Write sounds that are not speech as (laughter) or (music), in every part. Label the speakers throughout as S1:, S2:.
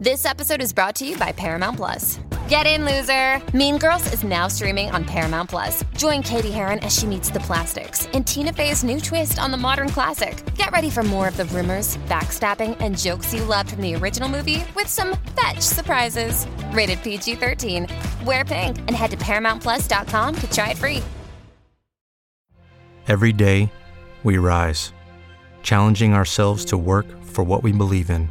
S1: This episode is brought to you by Paramount Plus. Get in, loser! Mean Girls is now streaming on Paramount Plus. Join Katie Heron as she meets the plastics in Tina Fey's new twist on the modern classic. Get ready for more of the rumors, backstabbing, and jokes you loved from the original movie with some fetch surprises. Rated PG 13. Wear pink and head to ParamountPlus.com to try it free.
S2: Every day, we rise, challenging ourselves to work for what we believe in.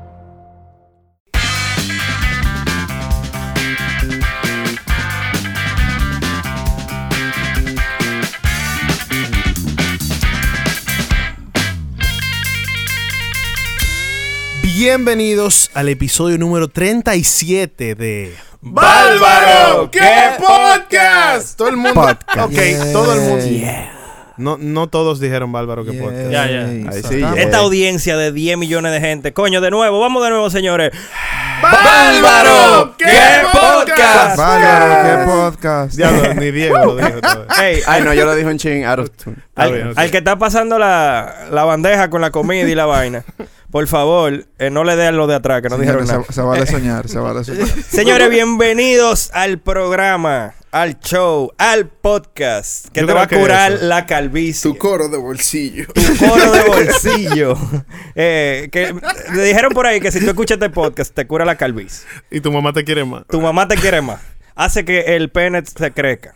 S3: Bienvenidos al episodio número 37 de
S4: ¡Bárbaro! ¡Qué podcast!
S3: Todo el mundo.
S5: Podcast.
S3: Ok, todo el mundo. No, no todos dijeron Bárbaro que
S5: Yeah.
S3: podcast.
S4: Ya, ya.
S5: Ahí sí,
S3: Estamos.
S5: yeah.
S4: Esta audiencia de 10 millones de gente. Coño, de nuevo, vamos de nuevo, señores.
S3: ¡Bárbaro!
S4: ¡Qué podcast!
S5: Bárbaro, qué podcast.
S3: Diablo, ni Diego Ah, lo dijo todo.
S4: Ey,
S5: Ay, no, yo lo dije en ching, out of tune.
S3: Está
S4: al,
S3: bien, ok.
S4: al que está pasando la, la bandeja con la comida y la vaina, por favor, eh, no le den lo de atrás, que no dijeron
S5: Señores,
S4: nada.
S5: se, se vale soñar, se vale soñar.
S4: Señores, bienvenidos al programa, al show, al podcast que
S3: Yo
S4: te
S3: creo
S4: va a
S3: que
S4: curar
S3: eso.
S4: la calvicie.
S6: Tu coro de bolsillo.
S3: (laughs)
S4: coro de bolsillo. Eh, que le dijeron por ahí que si tú escuchas este podcast, te cura la calvicie.
S3: Y tu mamá te quiere más.
S4: Tu mamá te quiere más. Hace que el pene se crezca.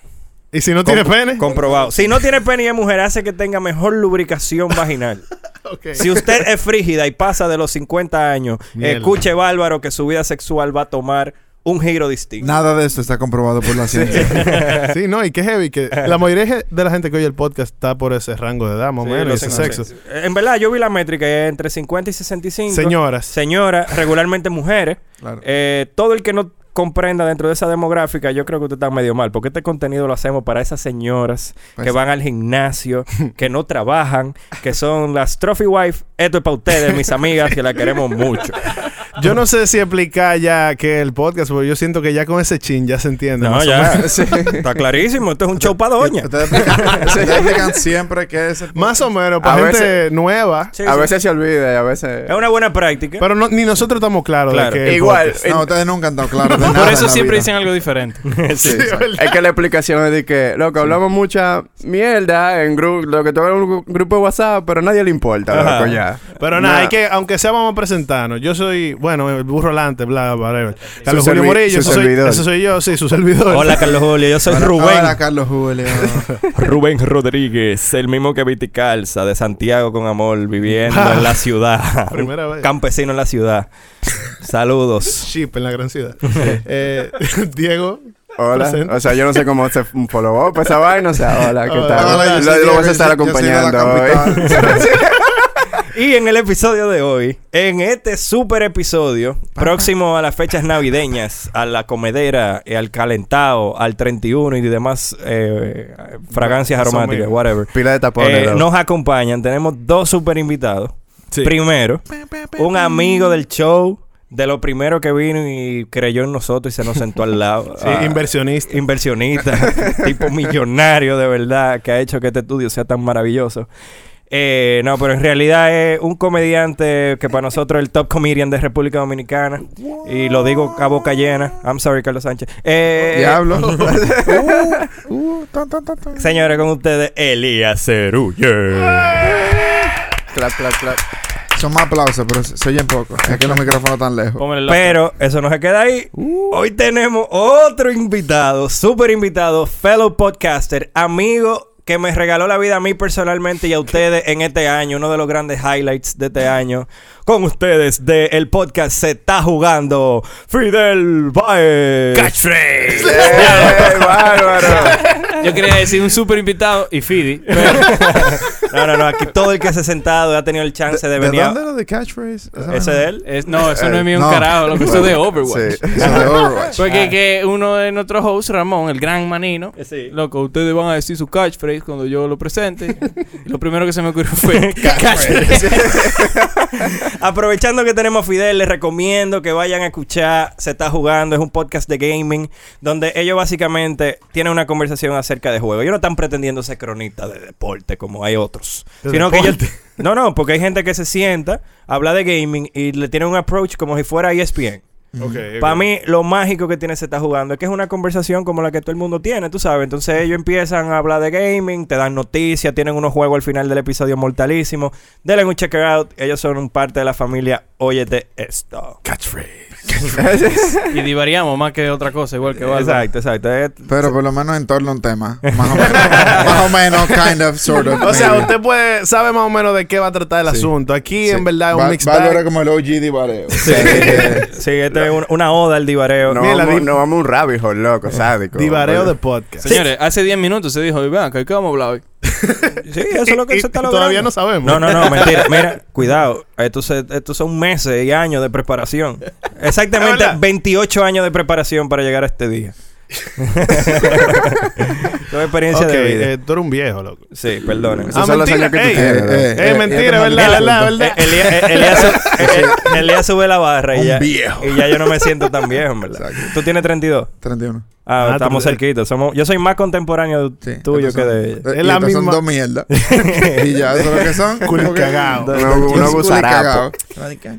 S3: ¿Y si no tiene pene?
S4: Comprobado. Si no tiene pene y es mujer, hace que tenga mejor lubricación vaginal.
S3: (laughs) Ok.
S4: Si usted es frígida y pasa de los 50 años,
S3: Mierda.
S4: escuche bárbaro que su vida sexual va a tomar un giro distinto.
S5: Nada de esto está comprobado por la ciencia.
S3: (laughs) Sí, no, y qué heavy. Que la mayoría de la gente que oye el podcast está por ese rango de edad, más o
S4: Sí,
S3: menos, y
S4: los
S3: ese
S4: sexos.
S3: sexo.
S4: En verdad, yo vi la métrica eh, entre 50 y 65.
S3: Señoras.
S4: Señoras, regularmente mujeres.
S5: Claro.
S4: Eh, todo el que no comprenda dentro de esa demográfica, yo creo que usted está medio mal, porque este contenido lo hacemos para esas señoras
S5: Pues
S4: que
S5: sí.
S4: van al gimnasio,
S5: (laughs)
S4: que no trabajan, que son las trophy wife. Esto es para ustedes, mis amigas, que la
S5: (laughs)
S4: queremos mucho.
S3: Yo no sé si explicar ya que el podcast, porque yo siento que ya con ese chin ya se entiende.
S4: No,
S3: más o
S4: ya. (laughs)
S3: menos.
S4: Está clarísimo. Esto es un show para doña.
S5: Ustedes explican, ustedes explican siempre que es. el podcast.
S3: Más o menos, para
S5: A
S3: gente
S5: veces-
S3: nueva.
S4: Sí,
S5: A
S4: sí.
S5: veces se olvida y a veces.
S4: Es una buena práctica.
S3: Pero no- ni nosotros estamos claros
S4: Claro.
S3: de que el
S6: Eh, E Igual,
S3: podcast-
S5: No, ustedes nunca han dado claro. De
S7: Por eso siempre dicen algo diferente.
S5: Sí, sí.
S6: Es que la explicación es de que, loco, hablamos mucha mierda en grupo, lo que todo en un gru- grupo de WhatsApp, pero a nadie le importa,
S4: Ajá.
S6: loco, ya.
S3: Pero nada,
S6: Nah.
S3: hay que, aunque sea, vamos a presentarnos. Yo soy, bueno, el burro alante, bla, bla, bla. Carlos
S6: Su
S3: Julio
S6: servi-
S3: Morillo,
S6: su
S3: eso soy,
S6: servidor.
S3: ese soy yo, sí, su servidor.
S4: Hola, Carlos Julio. Yo soy
S5: Hola-
S4: Rubén.
S5: Hola, Carlos Julio.
S4: Rubén Rodríguez, el mismo que Viti Calza, de Santiago con amor, viviendo
S3: (laughs)
S4: en la ciudad.
S3: Primera
S4: Un
S3: vez.
S4: Campesino en la ciudad.
S3: (laughs)
S4: Saludos.
S3: (laughs) Chip en la gran ciudad. Eh, (laughs) Diego.
S6: Hola.
S3: Presente.
S6: O sea, yo no sé cómo se un follow up esa vaina, o sea, hola, ¿qué
S3: Hola.
S6: tal?
S5: Hola, yo
S6: Lo-
S5: soy
S6: lo,
S5: Diego,
S6: vas a
S5: yo
S6: estar
S5: soy- yo soy de la
S6: acompañando ¿eh? hoy.
S5: capital.
S4: Y en el episodio de hoy, en este super episodio, próximo a las fechas navideñas, a la comedera, eh, al calentado, al 31 y demás eh, fragancias
S3: Más o
S4: aromáticas,
S3: menos.
S4: whatever.
S6: (laughs) Pila de tapones,
S4: Eh,
S6: loco.
S4: nos acompañan. Tenemos dos super invitados.
S3: Sí.
S4: Primero, un amigo del show, de lo primero que vino y creyó en nosotros y se nos sentó al lado.
S3: (laughs) Sí,
S4: Ah,
S3: inversionista.
S4: Inversionista, (laughs) tipo millonario de verdad, que ha hecho que este estudio sea tan maravilloso. Eh, no, pero en realidad es un comediante que para nosotros es el top comedian de República Dominicana. Y lo digo a boca llena. I'm sorry, Carlos Sánchez. Eh,
S5: Diablo. Uh, uh, tan, tan, tan, tan.
S4: Señores, con ustedes, Elías Cerulle.
S6: (laughs) Clap, clap, clap.
S5: Son más aplausos, pero se se oyen poco. Es que los micrófonos están lejos.
S7: Pónmelo.
S4: Pero eso no se queda ahí. Hoy tenemos otro invitado, súper invitado, fellow podcaster, amigo que me regaló la vida a mí personalmente y a ustedes en este año, uno de los grandes highlights de este año. Con ustedes de el podcast se está jugando Fidel Baez.
S6: ¡Eh, bárbaro!
S7: Yo quería decir un super invitado y Fidi.
S4: (laughs) No, no, no. Aquí todo el que se ha sentado ha tenido el chance de
S5: ¿De
S4: venir. a-
S5: dónde era de catchphrase? Esa
S4: ¿Ese
S5: vaina.
S4: de él?
S7: Es- no, eso no es mío un
S5: No.
S7: carajo, lo que eso es de (laughs) Overwatch.
S5: Sí, eso de Overwatch.
S7: Porque que uno de nuestros hosts, Ramón, el gran manino,
S4: Eh, sí.
S7: loco, ustedes van a decir su catchphrase cuando yo lo (laughs) presente. Y lo primero que se me ocurrió fue
S4: (laughs) Aprovechando que tenemos a Fidel, les recomiendo que vayan a escuchar Se está jugando, es un podcast de gaming donde ellos básicamente tienen una conversación acerca de juegos. Ellos no están pretendiendo ser cronistas de deporte como hay otros,
S3: ¿De
S4: sino que
S3: deporte?
S4: ellos- no, no, porque hay gente que se sienta, habla de gaming y le tiene un approach como si fuera E ESPN.
S3: Okay,
S4: Para mí, lo mágico que tiene Se está jugando es que es una conversación como la que todo el mundo tiene, tú sabes. Entonces, ellos empiezan a hablar de gaming, te dan noticias, tienen unos juegos al final del episodio mortalísimo. Denle un check out, ellos son un parte de la familia Óyete esto.
S7: y divariamos más que otra cosa, igual que Bárbara.
S4: Exacto, exacto. Eh,
S5: Pero por lo menos en torno a un tema. Más o menos. más o menos, kind of, sort of.
S3: O sea,
S5: maybe.
S3: usted puede sabe más o menos de qué va a tratar el asunto. Aquí, en verdad, es
S5: Va-
S3: un mixed
S5: Valor
S3: bag.
S5: era como el OG de Ibareo.
S4: Sí, (laughs) sí, este es un- una oda al divareo.
S6: No,
S3: Mira,
S6: vamos,
S3: di-
S6: no vamos a un rabbit hole, loco, sádico.
S3: Divareo de podcast.
S7: Señores, hace 10 minutos se dijo, vean, que vamos a hablar hoy.
S4: Sí, eso es lo que
S3: Y-
S4: se está
S3: y
S4: logrando.
S3: todavía no sabemos.
S4: No, no, no, mentira.
S3: (laughs)
S4: Mira, cuidado. Estos, estos son meses y años de preparación. Exactamente
S3: Es verdad.
S4: 28 años de preparación para llegar a
S3: (laughs)
S4: este día. Toda experiencia
S3: Ok,
S4: de vida.
S3: eh, tú eres un viejo, loco.
S4: Sí, perdona.
S6: Esos son los años que tú
S3: Ah, ey.
S6: tienes, ¿verdad?
S3: Eh, mentira, ¿verdad? ¿Verdad? ¿Verdad?
S4: Eh, Elías
S3: (laughs)
S4: Elías su- eh, eh, Elías sube la barra y
S5: Un
S4: ya,
S5: viejo.
S4: y ya yo no me siento tan viejo, en verdad.
S5: Exacto.
S4: Tú tienes 32.
S5: 31.
S4: Ah,
S3: Ah,
S4: estamos
S3: tú-
S4: cerquitos. Somos, yo soy más contemporáneo
S5: Sí.
S4: tuyo
S5: Estos
S4: que
S5: son-
S4: de ella.
S5: eh,
S3: Es
S5: y
S3: la
S5: estos son
S3: misma- (laughs)
S5: dos mierdas.
S4: (laughs)
S5: y ya, eso es lo que (laughs) son.
S3: Culicagao.
S5: Porque-
S6: Uno- uno
S5: Culicagao.
S6: gusarapo.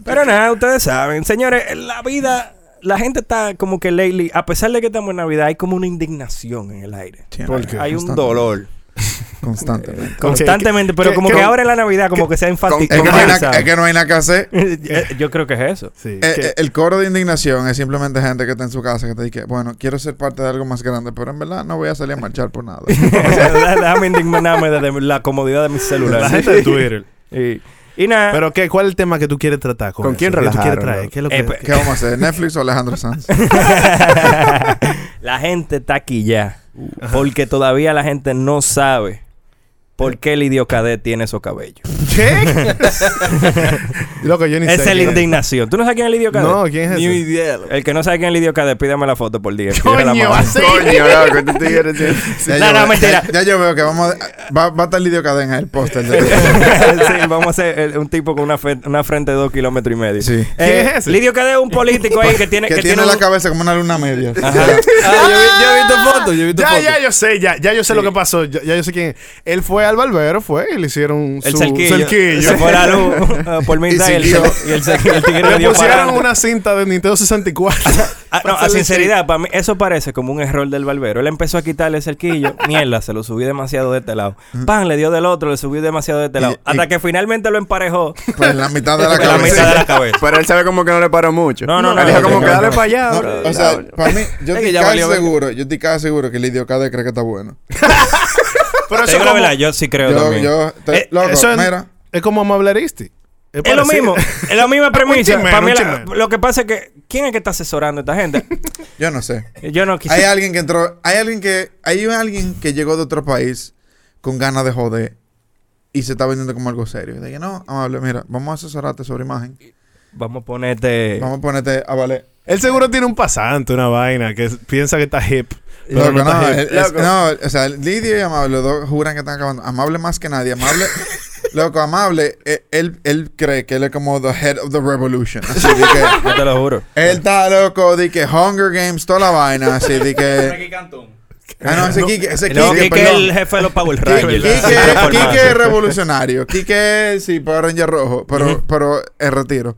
S4: Pero nada, ustedes saben, señores, la vida, la gente está como que lately, a pesar de que estamos en Navidad, hay como una indignación en el aire.
S5: Sí,
S3: ¿Por qué?
S4: Hay un
S5: Constante.
S4: dolor.
S5: Constantemente.
S4: Constantemente, pero
S3: ¿Qué-
S4: como
S3: qué-
S4: que ahora en la Navidad, como que se ha
S5: Es que,
S4: enfatizado.
S5: no hay na-
S4: (laughs)
S5: es que no hay nada que hacer.
S4: Eh, Yo creo que es (laughs) eso.
S3: Sí.
S5: Eh,
S3: que-
S5: eh, el coro de indignación es simplemente gente que está en su casa que te dice, bueno, quiero ser parte de algo más grande, pero en verdad no voy a salir a marchar por (laughs) nada.
S4: Déjame indignarme desde la comodidad de mi
S6: eh,
S4: celular.
S3: la gente de Twitter.
S4: (laughs) Y, y nada.
S3: Pero qué, ¿cuál es el tema que tú quieres tratar? ¿Con,
S6: ¿Con
S3: eso?
S6: quién
S3: ¿Qué tú quieres
S6: relajaron,
S3: traer?
S6: loco?
S3: ¿Qué es lo que,
S4: Eh, pues,
S5: ¿Qué vamos a hacer? ¿Netflix o Alejandro (laughs) Sanz?
S4: (laughs) la gente está aquí ya. Porque todavía la gente no sabe por qué el idiocadé tiene esos cabellos.
S3: Loco, yo ni
S4: Esa
S3: sé
S4: (laughs) es la
S3: quién
S4: indignación. ¿Tú no sabes quién es el idiocadé?
S3: No, ¿quién es ese?
S4: El que no sabe quién es Lidio Cadet, pídame la foto por 10.
S3: Coño,
S4: (laughs)
S3: así.
S6: Coño, loco, tú te quieres decir.
S5: Ya
S4: No,
S5: yo
S4: no,
S5: veo-
S4: mentira.
S5: Ya, ya yo veo que vamos a- va, va a estar Lidio Cadena en el póster. (laughs) de-
S4: vamos a hacer eh, un tipo con una, fe- una frente de dos kilómetros y medio.
S5: Sí.
S4: Eh,
S3: ¿Quién es ese?
S4: Lidio Cadet es un político ahí que
S5: (laughs)
S4: tiene...
S5: que tiene
S4: un-
S5: la cabeza como una luna media.
S7: Ah, yo, vi- yo he visto fotos,
S4: (laughs)
S7: yo he visto
S3: Ya,
S7: fotos.
S3: ya, yo sé, ya, ya yo sé lo que pasó. Ya, ya yo sé quién. es. Él fue al barbero, fue, y le hicieron
S4: El
S3: su
S4: cerquillo.
S3: cerquillo.
S4: Se fue la luz eh, por mitad y, el,
S5: siguió.
S4: y el, cerqui- el tigre
S3: (laughs)
S4: le
S3: Le
S4: dio
S3: pusieron
S4: parada.
S3: una cinta de Nintendo 64.
S4: Ah, no, a
S3: Pásale
S4: sinceridad, para mí eso parece como un error del barbero. Él empezó a quitarle el cerquillo. Mierda, se lo subí demasiado de este lado. Pan, le dio del otro, le subí demasiado de este lado.
S5: Y-
S4: Hasta
S5: y-
S4: que finalmente lo emparejó
S5: Pues en la mitad de la
S4: en la
S5: cabeza.
S4: mitad de la cabeza.
S6: Pero él sabe como que no le paró mucho.
S4: No, no, no,
S6: Él dijo
S4: no,
S6: como
S4: no,
S6: que
S4: no,
S6: dale
S4: no.
S6: para allá.
S5: No,
S6: bro.
S5: o sea, para mí, yo
S7: Es que
S5: estoy
S7: ya
S5: casi
S7: valió verga.
S5: seguro, yo estoy casi seguro que Lidio Cadena cree que está bueno.
S3: (laughs) Pero eso
S4: Te digo
S3: es
S4: la
S3: como-
S4: verdad, yo sí creo
S5: Yo,
S4: también.
S5: yo, te-
S4: Eh,
S5: loco,
S3: eso es,
S5: mira.
S3: es como Mableristi.
S4: Es lo mismo, es la misma premisa.
S3: chismero,
S4: Para mí
S3: un
S4: la-
S3: chismero.
S4: lo que pasa es que ¿quién es que está asesorando a esta gente?
S5: Yo no sé.
S4: Yo no
S5: Hay
S4: quisiera.
S5: alguien que entró, hay alguien que, hay alguien que llegó de otro país con ganas de joder y se está vendiendo como algo serio. Y dije, no, amable, mira, vamos a asesorarte sobre imagen.
S4: Vamos a ponerte.
S5: Vamos a ponerte a valer.
S3: (laughs) Él seguro tiene un pasante, una vaina, que es- piensa que está hip. Pero
S5: Loco,
S3: no está
S5: no, eh,
S3: hip.
S5: es- es- no, o sea, Lidio y Amable, los dos juran que están acabando. Amable más que nadie. Amable, loco, Amable, eh, él, él cree que él es como the head of the revolution. Así de que,
S4: Yo te lo juro.
S5: él está loco, de que Hunger Games, toda la vaina. Así de que. Ah, no, ese Kike, ese
S4: No,
S5: Kike,
S4: Kike es el
S5: perdón.
S4: jefe de los Power
S5: Kike
S4: Rangers.
S5: Kike- Kike es revolucionario. Kike, sí, Power Ranger rojo, pero, pero es retiro.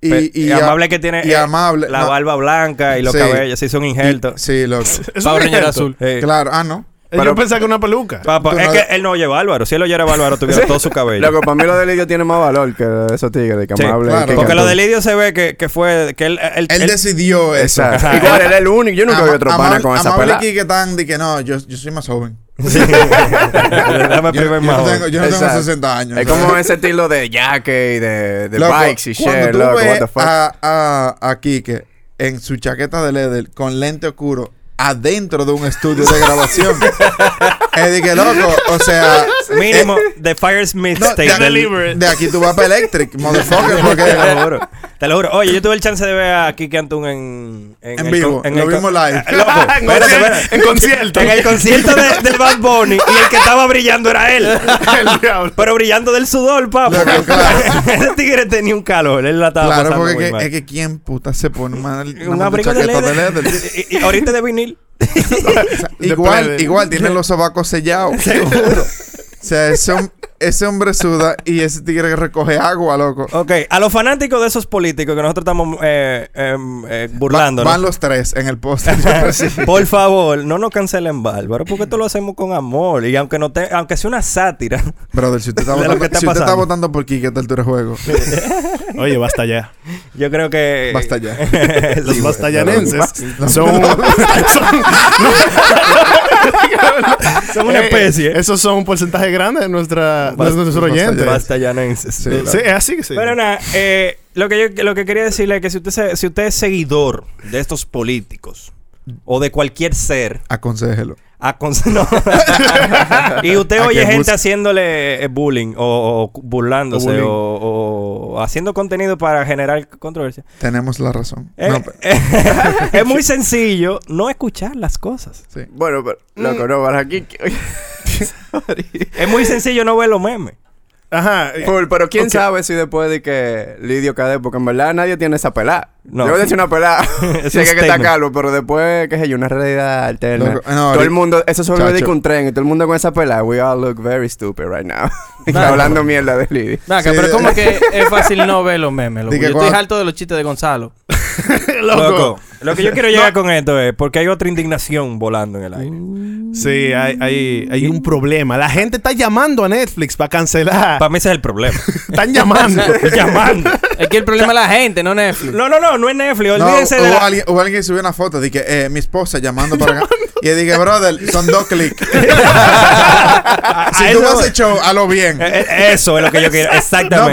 S4: Pe- y
S5: a-
S4: amable que tiene
S5: y
S4: eh,
S5: amable,
S4: la
S5: no.
S4: barba blanca y los
S5: Sí.
S4: cabellos, sí, son injertos.
S5: Sí,
S4: (laughs)
S5: loco.
S3: Es
S7: Pablo
S3: un
S7: Reñero
S3: objeto.
S7: Azul.
S4: Eh,
S5: Claro, ah, no.
S3: Yo pensaba que era una peluca.
S4: papá,
S5: Tú
S4: es
S5: no-
S4: que él no oye bárbaro. Si él oyera bárbaro, tuviera todo su cabello.
S6: Loco, para mí lo de Lidio tiene más valor que esos tigres de que
S4: Sí,
S6: amable.
S5: claro.
S6: que
S4: Porque lo
S6: cantó.
S4: del idio se ve que, que fue. que él, él-
S5: Él
S4: él- (laughs)
S5: decidió eso.
S6: Exacto. Igual él es el único. Yo nunca vi
S5: Ama-
S6: otro pana
S5: amable-
S6: con esa
S5: Amable
S6: pelada.
S5: aquí que están de que no, yo, yo soy más joven. (laughs)
S4: Dame
S5: Yo, yo
S4: primer
S5: no
S4: más.
S5: tengo, yo no tengo
S6: Exacto.
S5: 60 años.
S6: Es como
S5: (laughs)
S6: ese estilo de jaque y de, de
S5: Loco,
S6: bikes y
S5: cuando
S6: shit,
S5: tú
S6: loco.
S5: ves
S6: What the fuck.
S5: A, a, a Kike en su chaqueta de leather con lente oscuro adentro de un estudio de
S6: (laughs)
S5: grabación. es de que loco, o sea. (laughs)
S4: Mínimo, The Fires
S5: no,
S4: Mixtape.
S5: de,
S4: del-
S5: aquí- de aquí tú vas para Electric,
S6: (laughs)
S5: motherfucker,
S4: (laughs) Te lo
S5: porque.
S4: juro. Te lo juro. Oye, yo tuve el chance de ver a Kike Antun en... En,
S5: En
S4: el
S5: vivo,
S4: con- en
S5: lo
S4: el
S5: vimos
S4: con-
S6: (laughs)
S5: live.
S4: (laughs)
S5: (laughs)
S4: Loco, espérate, espérate.
S3: en concierto.
S4: En el concierto de, de Bad Bunny y el que estaba brillando era
S3: (laughs)
S4: él.
S3: El diablo.
S4: Pero brillando del sudor, papo.
S5: Loco,
S4: (laughs)
S5: claro.
S4: Ese tigre tenía un calor. Él la estaba
S5: Claro,
S4: pasando
S5: porque
S4: muy
S5: que-
S4: mal.
S5: es que quién puta se pone mal.
S4: un abrigo de
S5: chaqueta
S4: leather.
S5: de leather.
S4: (laughs) Y- y ahorita de vinil.
S5: O sea, igual, igual tienen los sobacos sellados. Seguro. O sea, ese, hom- ese hombre suda y ese tigre que recoge agua, loco.
S4: Ok, a los fanáticos de esos políticos que nosotros estamos eh, em, eh,
S5: Va-
S4: burlándonos.
S5: Van los tres en el
S4: (laughs)
S5: post.
S3: Ah,
S4: Por favor, no nos cancelen Bárbaro, porque esto lo hacemos con amor. Y aunque no te, aunque sea una sátira, (laughs)
S5: Brother, si usted está
S4: De lo
S5: votando,
S4: que está
S5: si usted está
S4: pasando.
S5: votando por Kike, tal altura de juego.
S3: Oye, basta ya.
S4: yo creo que.
S5: Basta ya.
S4: (laughs) Los
S3: Los bastayanenses
S5: No.
S3: son, son-
S4: (laughs) Son una
S3: eh,
S4: especie.
S3: esos son un porcentaje grande de nuestra de
S5: Basta-
S3: nuestros
S5: basta
S3: oyentes.
S5: ya.
S4: Bastayanenses.
S5: Sí,
S3: Eh,
S5: claro.
S3: Sí, es así que sí.
S4: Pero nada, eh, lo, que yo, lo que quería decirle es que si usted, se- si usted es seguidor de estos políticos o de cualquier ser,
S5: Aconsejelo.
S4: aconse- (laughs) no. y usted
S5: A
S4: oye
S5: que
S4: gente
S5: busque.
S4: haciéndole eh, bullying o, o burlándose
S3: O bullying.
S4: o- o haciendo contenido para generar controversia.
S5: Tenemos la razón.
S4: Eh,
S5: No, pe-
S4: eh, (laughs) es muy sencillo no escuchar las cosas.
S5: sí.
S6: Bueno, pero. Loco, no, para aquí.
S5: (laughs)
S6: (laughs)
S4: Es muy sencillo no ver los memes.
S3: Ajá.
S6: Full, pero quién
S3: Eh, Ok.
S6: sabe si después de que Lidio cae, porque en verdad nadie tiene esa pelada.
S4: No.
S6: Yo voy a decir una pelada.
S3: (laughs)
S4: Es
S6: sé
S4: un
S6: que está
S4: statement.
S6: calvo, pero después, qué sé yo, una realidad alterna.
S5: Loco, no,
S6: todo
S5: ahorita-
S6: el mundo, eso se vuelve de
S5: Chacho.
S6: que un tren y todo el mundo con esa pelada. We all look very stupid right now. (laughs) Hablando mierda de Lidio.
S7: Ven acá,
S5: Sí,
S7: pero
S5: de-
S7: como que es fácil no ver los memes, loco.
S5: Di que
S7: Yo estoy
S5: cuando-
S7: harto de los chistes de Gonzalo.
S4: eh, Loco. Lo que yo quiero llegar con esto es porque hay otra indignación volando en el aire.
S5: Mm.
S3: Sí, hay, hay, hay un problema. La gente está llamando a Netflix para cancelar.
S4: Para mí ese es el problema.
S3: Están
S6: (laughs)
S3: llamando.
S4: Llamando.
S7: Es que el problema es la gente, no Netflix.
S4: No, no, no, no es Netflix.
S5: (laughs) No,
S4: Olvídense
S5: hubo,
S4: de la-
S5: alguien, hubo alguien que subió una foto. Dije, eh, mi esposa llamando para acá. Y dije, brother, son dos
S4: (laughs)
S5: clics. (laughs) si
S4: a
S5: tú
S4: eso
S5: vas
S4: voy.
S5: a show, halo bien.
S4: Eh, eh, Eso es lo que yo quiero. Exactamente.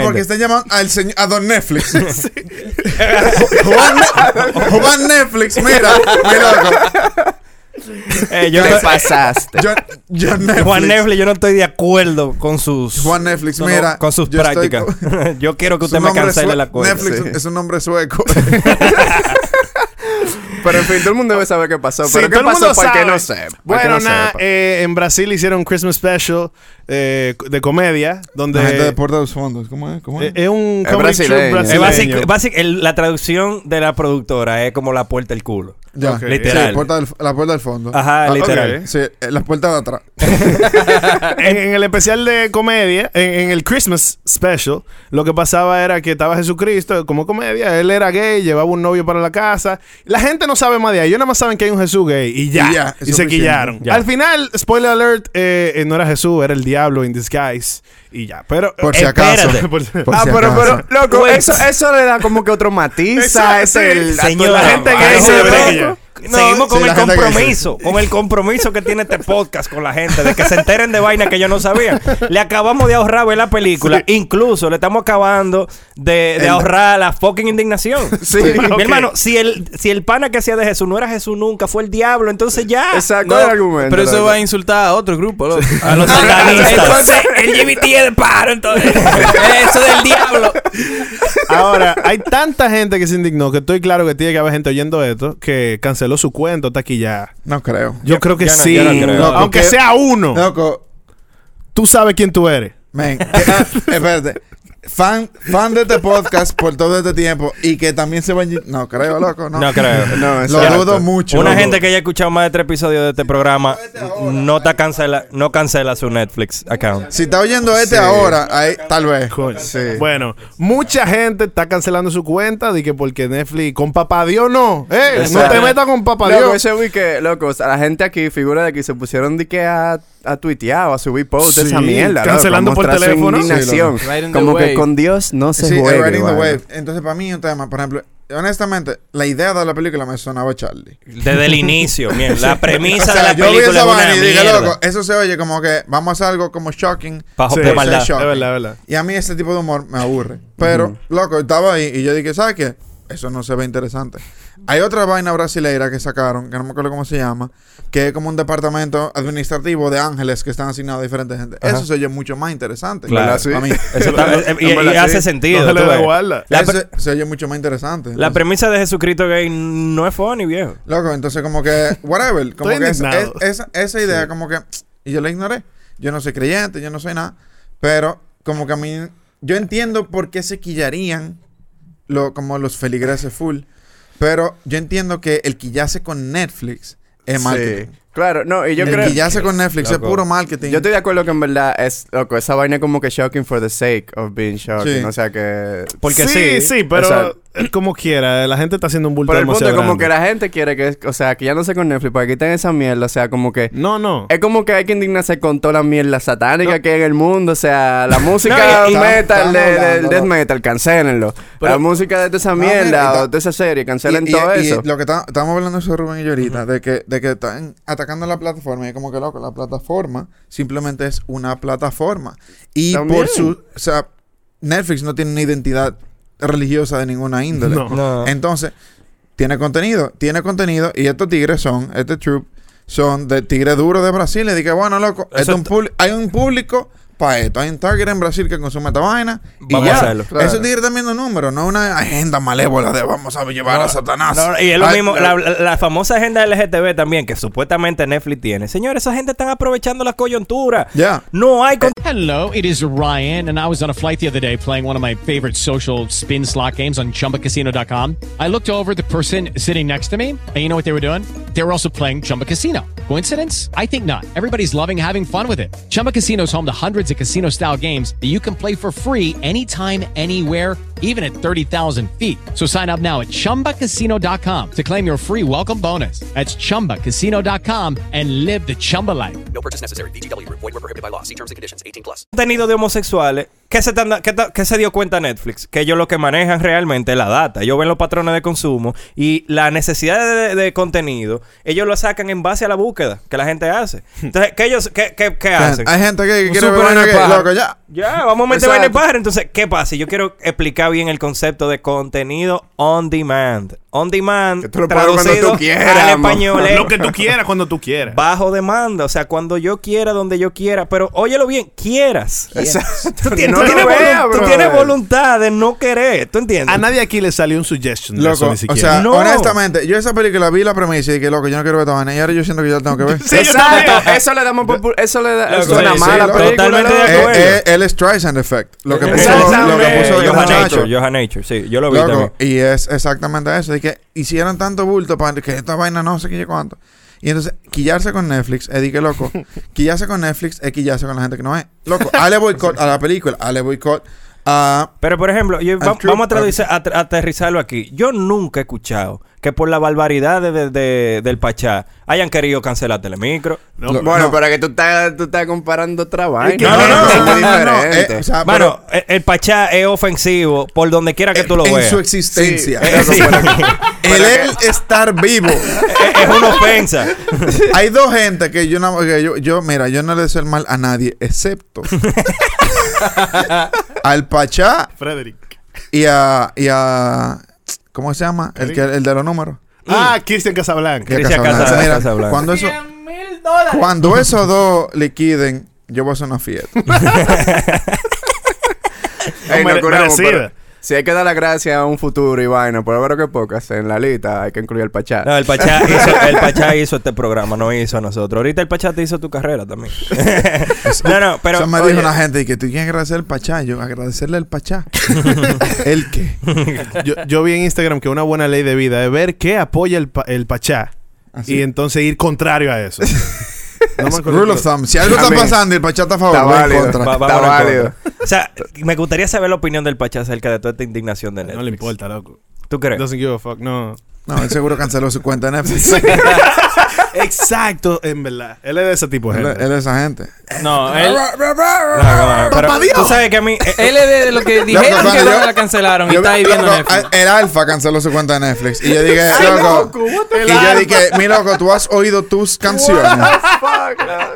S5: (laughs) No, porque están llamando al señor, a Don
S4: (laughs)
S5: Netflix. (laughs) Juan, Ne- Juan Netflix, mira, mi loco.
S4: Eh, yo-
S6: Te pasaste.
S5: Yo, yo Netflix.
S4: (laughs) Juan Netflix, yo no estoy de acuerdo con sus.
S5: Juan Netflix,
S4: no, no,
S5: mira.
S4: con sus
S5: yo estoy
S4: prácticas.
S5: con-
S4: (laughs) yo quiero
S5: Su
S4: que usted me
S5: nombre es
S4: cancele
S5: sue-
S4: la cuenta.
S5: Netflix
S6: sí.
S5: es un nombre
S4: (laughs)
S5: sueco.
S6: Pero en fin, todo el mundo debe saber qué pasó.
S3: Sí,
S6: pero
S3: todo
S6: qué
S3: el
S6: pasó
S3: mundo
S6: para que
S3: sabe.
S6: no sepa. para que
S3: Bueno,
S6: no
S3: nada,
S6: sepa.
S3: eh, en Brasil hicieron un Christmas special eh, de comedia, donde
S5: La gente
S4: eh,
S5: de Puerta de los Fondos. ¿Cómo es? ¿Cómo
S3: eh,
S5: es?
S3: es un
S6: Es
S3: comedy
S6: brasileño.
S3: troupe
S4: Es basic-
S3: brasileño.
S4: basic- el- la traducción de la productora es como la puerta del culo.
S5: ya,
S3: ok.
S4: literal.
S5: Sí, puerta del- la puerta del fondo.
S4: Ajá,
S3: Ah,
S4: literal.
S3: ok.
S5: Sí, eh, la puerta de atrás.
S3: (laughs) en, en el especial de comedia, en, en el Christmas special, lo que pasaba era que estaba Jesucristo como comedia. Él era gay, llevaba un novio para la casa. La gente no sabe más de ahí. Ellos nada más saben que hay un Jesús gay y ya.
S5: Y
S3: Y,
S5: ya, es
S3: se
S5: suficiente.
S3: quillaron.
S4: Ya.
S3: Al final, spoiler alert, eh, eh, no era Jesús, era el diablo in disguise. Y ya. Pero. eh,
S5: Por si acaso.
S4: Espérate.
S3: por-
S5: Por
S6: Ah,
S5: si
S6: pero,
S5: acaso.
S6: pero, loco,
S4: Wait.
S6: eso, eso le da como que otro matiz a
S3: Exacto,
S6: ese... el- a toda
S4: Señora,
S6: la gente que
S4: vamos,
S6: dice,
S3: eso
S6: loco,
S3: es
S4: venga.
S5: No,
S4: Seguimos con
S5: sí,
S4: el
S5: la gente que
S4: compromiso, con el compromiso que tiene este podcast con la gente, de que se enteren de vainas que yo no sabía. Le acabamos de ahorrar ver la película, incluso le estamos acabando de, de
S5: El-
S4: ahorrar la fucking indignación.
S6: Sí.
S4: Mi
S3: Ok.
S4: hermano, si el, si el pana que hacía de Jesús no era Jesús nunca, fue el diablo, entonces ya.
S3: Ah,
S6: Exacto,
S7: No,
S6: ¿cuál es el argumento?
S7: pero eso
S6: loco?
S7: va a insultar a otro grupo, loco.
S4: A (laughs)
S7: (laughs)
S4: los
S7: Entonces,
S4: satanistas.
S7: LGBT es de paro, entonces. (laughs) Eso del diablo.
S3: (laughs) Ahora, hay tanta gente que se indignó que estoy claro que tiene que haber gente oyendo esto que canceló su cuento, está aquí ya.
S5: No creo.
S3: Yo creo que
S4: yo no-
S3: sí.
S4: yo no creo.
S5: No,
S3: Aunque
S5: porque-
S3: sea uno,
S5: Loco,
S3: tú sabes quién tú eres.
S5: men. que- ah, espérate. Fan, fan de este podcast por todo este tiempo y que también se va a... No creo, loco, no.
S4: No creo.
S6: No,
S5: Lo
S6: exacto.
S5: dudo mucho.
S4: Una
S5: loco.
S4: gente que haya escuchado más de tres episodios de este programa no, te cancela, no cancela su Netflix account.
S5: Si está oyendo este ahora, ahí, tal vez.
S6: Sí.
S3: Bueno, mucha gente está cancelando su cuenta de que porque Netflix con papá Dios no. Eh, no
S6: Exacto.
S3: te metas con papá
S6: Loco,
S3: Dios.
S6: ese week que, loco, o sea, la gente aquí, figura de aquí, se pusieron de que a, a tuitear o a subir posts de esa
S3: Sí,
S6: mierda. loco,
S3: cancelando
S6: a
S3: por
S6: mostrar su
S3: teléfono.
S6: indignación.
S7: Sí, loco. Riding the
S6: como que
S7: wave.
S6: con Dios no se
S5: Sí,
S6: juega.
S5: Riding the Wave. Entonces, para mí, un tema, por ejemplo, honestamente, la idea de la película me sonaba a Charlie.
S4: Desde
S5: (laughs)
S4: el inicio, mierda. La
S5: O
S4: premisa
S5: sea,
S4: de la
S5: yo vi
S4: película
S5: esa
S4: es
S5: vaina
S4: una
S5: y dije,
S4: mierda.
S5: loco, eso se oye como que vamos a hacer algo como shocking.
S4: Pa-
S3: Sí,
S4: de
S5: pero
S4: maldad.
S5: es shocking.
S3: Es verdad, es verdad.
S5: Y a mí ese tipo de humor me aburre. Pero, loco, estaba ahí y yo dije, ¿sabes qué? eso no se ve interesante. Hay otra vaina brasileira que sacaron, que no me acuerdo cómo se llama, que es como un departamento administrativo de ángeles que están asignados a diferentes gente. Eso se oye mucho más interesante.
S4: Claro.
S5: ¿Verdad? A mí.
S4: Eso
S5: (laughs)
S4: está- eh,
S6: En
S4: y, y
S6: verdad, sí.
S4: hace sentido.
S3: No se le
S4: tú
S3: da
S4: ves.
S3: guarda.
S4: La
S5: Eso
S4: pre-
S5: se oye mucho más interesante. (laughs)
S4: La
S5: Entonces-
S4: premisa de Jesucristo gay no es funny, viejo.
S5: Loco, entonces como que, whatever, como
S3: Estoy
S5: que esa,
S3: indignado.
S5: es- esa- esa idea como que, y yo la ignoré. Yo no soy creyente, yo no soy nada, pero como que a mí, yo entiendo por qué se quillarían lo, como los feligreses full, pero yo entiendo que el quillarse con Netflix es marketing.
S6: Claro, no, y yo
S5: el
S6: creo.
S5: quillarse con Netflix
S4: Loco.
S5: es puro marketing.
S6: Yo estoy de acuerdo que en verdad es loco, esa vaina es como que shocking for the sake of being shocking.
S5: Sí.
S6: O sea que.
S4: Porque
S3: sí,
S4: sí.
S3: sí, pero
S6: o sea-
S3: eh, como quiera, la gente está haciendo un bulto
S6: Pero el punto es
S3: demasiado
S6: como que
S3: grande.
S6: la gente quiere que, o sea, que ya no sé con Netflix, para que quiten esa mierda, o sea, como que
S3: No, no.
S6: es como que hay que indignarse con toda la mierda satánica que hay en el mundo, o sea, la
S5: (laughs)
S6: música
S5: No, y-
S6: metal,
S5: estamos
S6: de- del
S5: hablando,
S6: death
S5: ¿no?
S6: metal, cancelenlo. la música de toda esa
S5: mira,
S6: mierda
S5: y ta-
S6: o de esa serie, cancelen
S5: Y- y-
S6: todo
S5: y
S6: (laughs) eso.
S5: lo que está- estábamos hablando eso Rubén y yo ahorita, de que, de que están atacando la plataforma. Y es como que loco, la plataforma simplemente es una plataforma. Y
S6: También.
S5: por su. O sea, Netflix no tiene una identidad religiosa de ninguna índole.
S3: No.
S4: No.
S5: Entonces, tiene contenido, tiene contenido. Y estos tigres son, este troop, son de tigre duro de Brasil. Y dije, bueno, loco,
S4: Eso
S5: esto es un
S4: t-
S5: pub- hay un público para esto. Hay un target en Brasil que consume esta vaina. Y
S4: Vamos
S5: ya.
S4: a hacerlo.
S6: Claro.
S5: Esos tigres están viendo números, no una agenda malévola de vamos a llevar a Satanás.
S4: No, y es lo
S5: Ah, Ay,
S4: mismo,
S5: no.
S4: la, la- la famosa agenda LGTB también, que supuestamente Netflix tiene. Señores, esa gente están aprovechando la coyuntura.
S5: Ya. Eh,
S4: No hay con-
S8: Hello, it is Ryan, and I was on a flight the other day playing one of my favorite social spin slot games on chumbacasino.com. I looked over at the person sitting next to me, and you know what they were doing? They were also playing Chumba Casino. Coincidence? I think not. Everybody's loving having fun with it. Chumba Casino is home to hundreds of casino style games that you can play for free anytime, anywhere, even at 30,000 feet. So sign up now at chumbacasino.com to claim your free welcome bonus. That's chumbacasino.com and live the Chumba life.
S9: No purchase necessary. VGW Group. Void were prohibited by law. See terms and conditions. 18 plus.
S4: contenido de homosexuales, ¿qué se, tan- qué ta- qué se dio cuenta Netflix? Que ellos lo que manejan realmente es la data. Ellos ven los patrones de consumo y la necesidad de, de contenido, ellos lo sacan en base a la búsqueda que la gente hace.
S3: (laughs)
S4: Entonces, ¿qué ellos qué, qué- qué hacen?
S5: Hay gente que, que
S4: Un
S5: quiere ver
S4: super
S5: vaina
S4: en el
S5: gay,
S4: paja.
S5: loco, ya.
S4: Ya, vamos a meter vaina en
S5: Exacto.
S4: pájaro. Entonces, ¿qué pasa? Yo quiero explicar bien el concepto de contenido on demand. On demand,
S6: Que tú lo puedes ver cuando tú quieras,
S4: al
S6: mo.
S4: español. es
S3: Lo que tú quieras, cuando tú
S4: (laughs)
S3: quieras.
S4: Bajo demanda, o sea, cuando yo quiera, donde yo quiera, pero óyelo bien, quieras. Tú tienes,
S6: No
S4: tú
S6: lo
S4: tienes
S6: vea,
S4: volu- tú
S6: brother.
S4: tienes voluntad de no querer, ¿tú entiendes?
S3: A nadie aquí le salió un suggestion. de eso
S5: Loco,
S3: ni
S5: o
S3: siquiera.
S5: sea,
S4: No.
S5: honestamente, yo esa película vi la premisa y dije, loco, yo no quiero ver esta vaina. Y ahora yo siento que yo la
S4: (laughs)
S5: tengo que ver.
S3: Sí, yo
S6: Exacto,
S3: también.
S6: (laughs) eso le damos popu- eso le da
S4: Loco,
S6: eso es una
S4: sí,
S6: mala
S5: sí, loco.
S6: película.
S4: Totalmente
S6: loco.
S4: de acuerdo.
S6: Eh,
S5: Eh, eh, el Streisand Effect. Lo que puso, lo que puso el
S4: Yo a
S5: muchacho.
S4: Nature, yo a Nature, sí, yo lo vi
S5: Loco,
S4: también.
S5: y es exactamente eso. De que hicieron tanto bulto para que esta vaina no sé qué yo cuánto. Y entonces, quillarse con Netflix, es de que
S4: (laughs)
S5: loco. quillarse con Netflix es quillarse con la gente que no es. Loco, hale boicot a la película, hale boicot a.
S4: (laughs) Pero, por ejemplo, yo- va-
S5: true-
S4: vamos a, traducir- a tra- aterrizarlo aquí. Yo nunca he escuchado que por la barbaridad de- de- de- del Pachá hayan querido cancelar Telemicro.
S3: No,
S6: Bueno,
S5: no.
S6: pero que tú estás, tú estás comparando otra vaina.
S5: No, no, no,
S6: Es muy
S5: no, no, no,
S6: diferente.
S5: eh, o sea,
S4: Bueno, e, el, el Pachá es ofensivo por donde quiera que eh, tú lo
S5: Eh, en
S4: veas.
S5: su existencia.
S4: Sí.
S5: (laughs)
S4: Eh, sí.
S5: El él estar vivo.
S4: (laughs) es, es una ofensa.
S5: (laughs) Hay dos gente que yo no, que yo, yo, mira, yo no le deseo el mal a nadie,
S4: (laughs)
S5: excepto al Pachá
S3: Frederick.
S5: y a, y a ¿cómo se llama? El que el de los números.
S3: Ah, Christian Casablanca.
S5: Que
S4: Cristian
S5: Casablanca.
S4: Casablanca,
S5: Mira,
S4: Casablanca.
S5: Cuando eso, cuando esos dos liquiden, yo voy a hacer una fiesta.
S6: Ey,
S3: No,
S6: no
S3: mere-
S6: curamos,
S3: merecida.
S6: pero si hay que dar las gracias a un futuro y vaina, por haber que pocas en la lista, hay que incluir el Pachá.
S4: No, el
S5: (laughs)
S4: Pachá, hizo, el Pachá hizo este programa, no hizo a nosotros. Ahorita el Pachá te hizo tu carrera también. (laughs) no, no, pero.
S5: eso me
S4: oye,
S5: dijo una gente y que tú quieres agradecer al Pachá, yo agradecerle al Pachá. ¿El qué?
S3: Yo, yo vi en Instagram que una buena ley de vida es ver qué apoya el, pa- el Pachá y entonces ir contrario a eso. No me acuerdo.
S5: Rule of thumb. Si algo
S6: I
S5: está
S6: mean,
S5: pasando y el Pachá está a favor,
S6: está
S5: voy en
S6: válido.
S5: contra.
S4: va-
S6: Está
S4: vámonos en
S6: válido.
S4: contra. O sea, me gustaría saber la opinión del Pachá acerca de toda esta indignación de Netflix.
S3: No le importa, loco.
S4: ¿Tú crees?
S3: Doesn't give a fuck, no.
S5: No, él seguro canceló su cuenta en Netflix.
S3: Exacto, en verdad. Él es de ese tipo de
S5: él,
S3: gente.
S5: él es esa gente.
S4: (laughs)
S7: No, él,
S4: No, no, no, pero tú sabes que a mí. eh,
S7: él es de
S5: (laughs)
S7: los que dijeron
S5: cuando
S7: que
S5: yo-
S7: no la cancelaron y
S5: Yo-
S7: está ahí viendo
S5: loco,
S7: Netflix.
S5: El Alfa canceló su cuenta de Netflix. Y yo dije, loco. Y yo dije, mi loco, tú has oído tus canciones.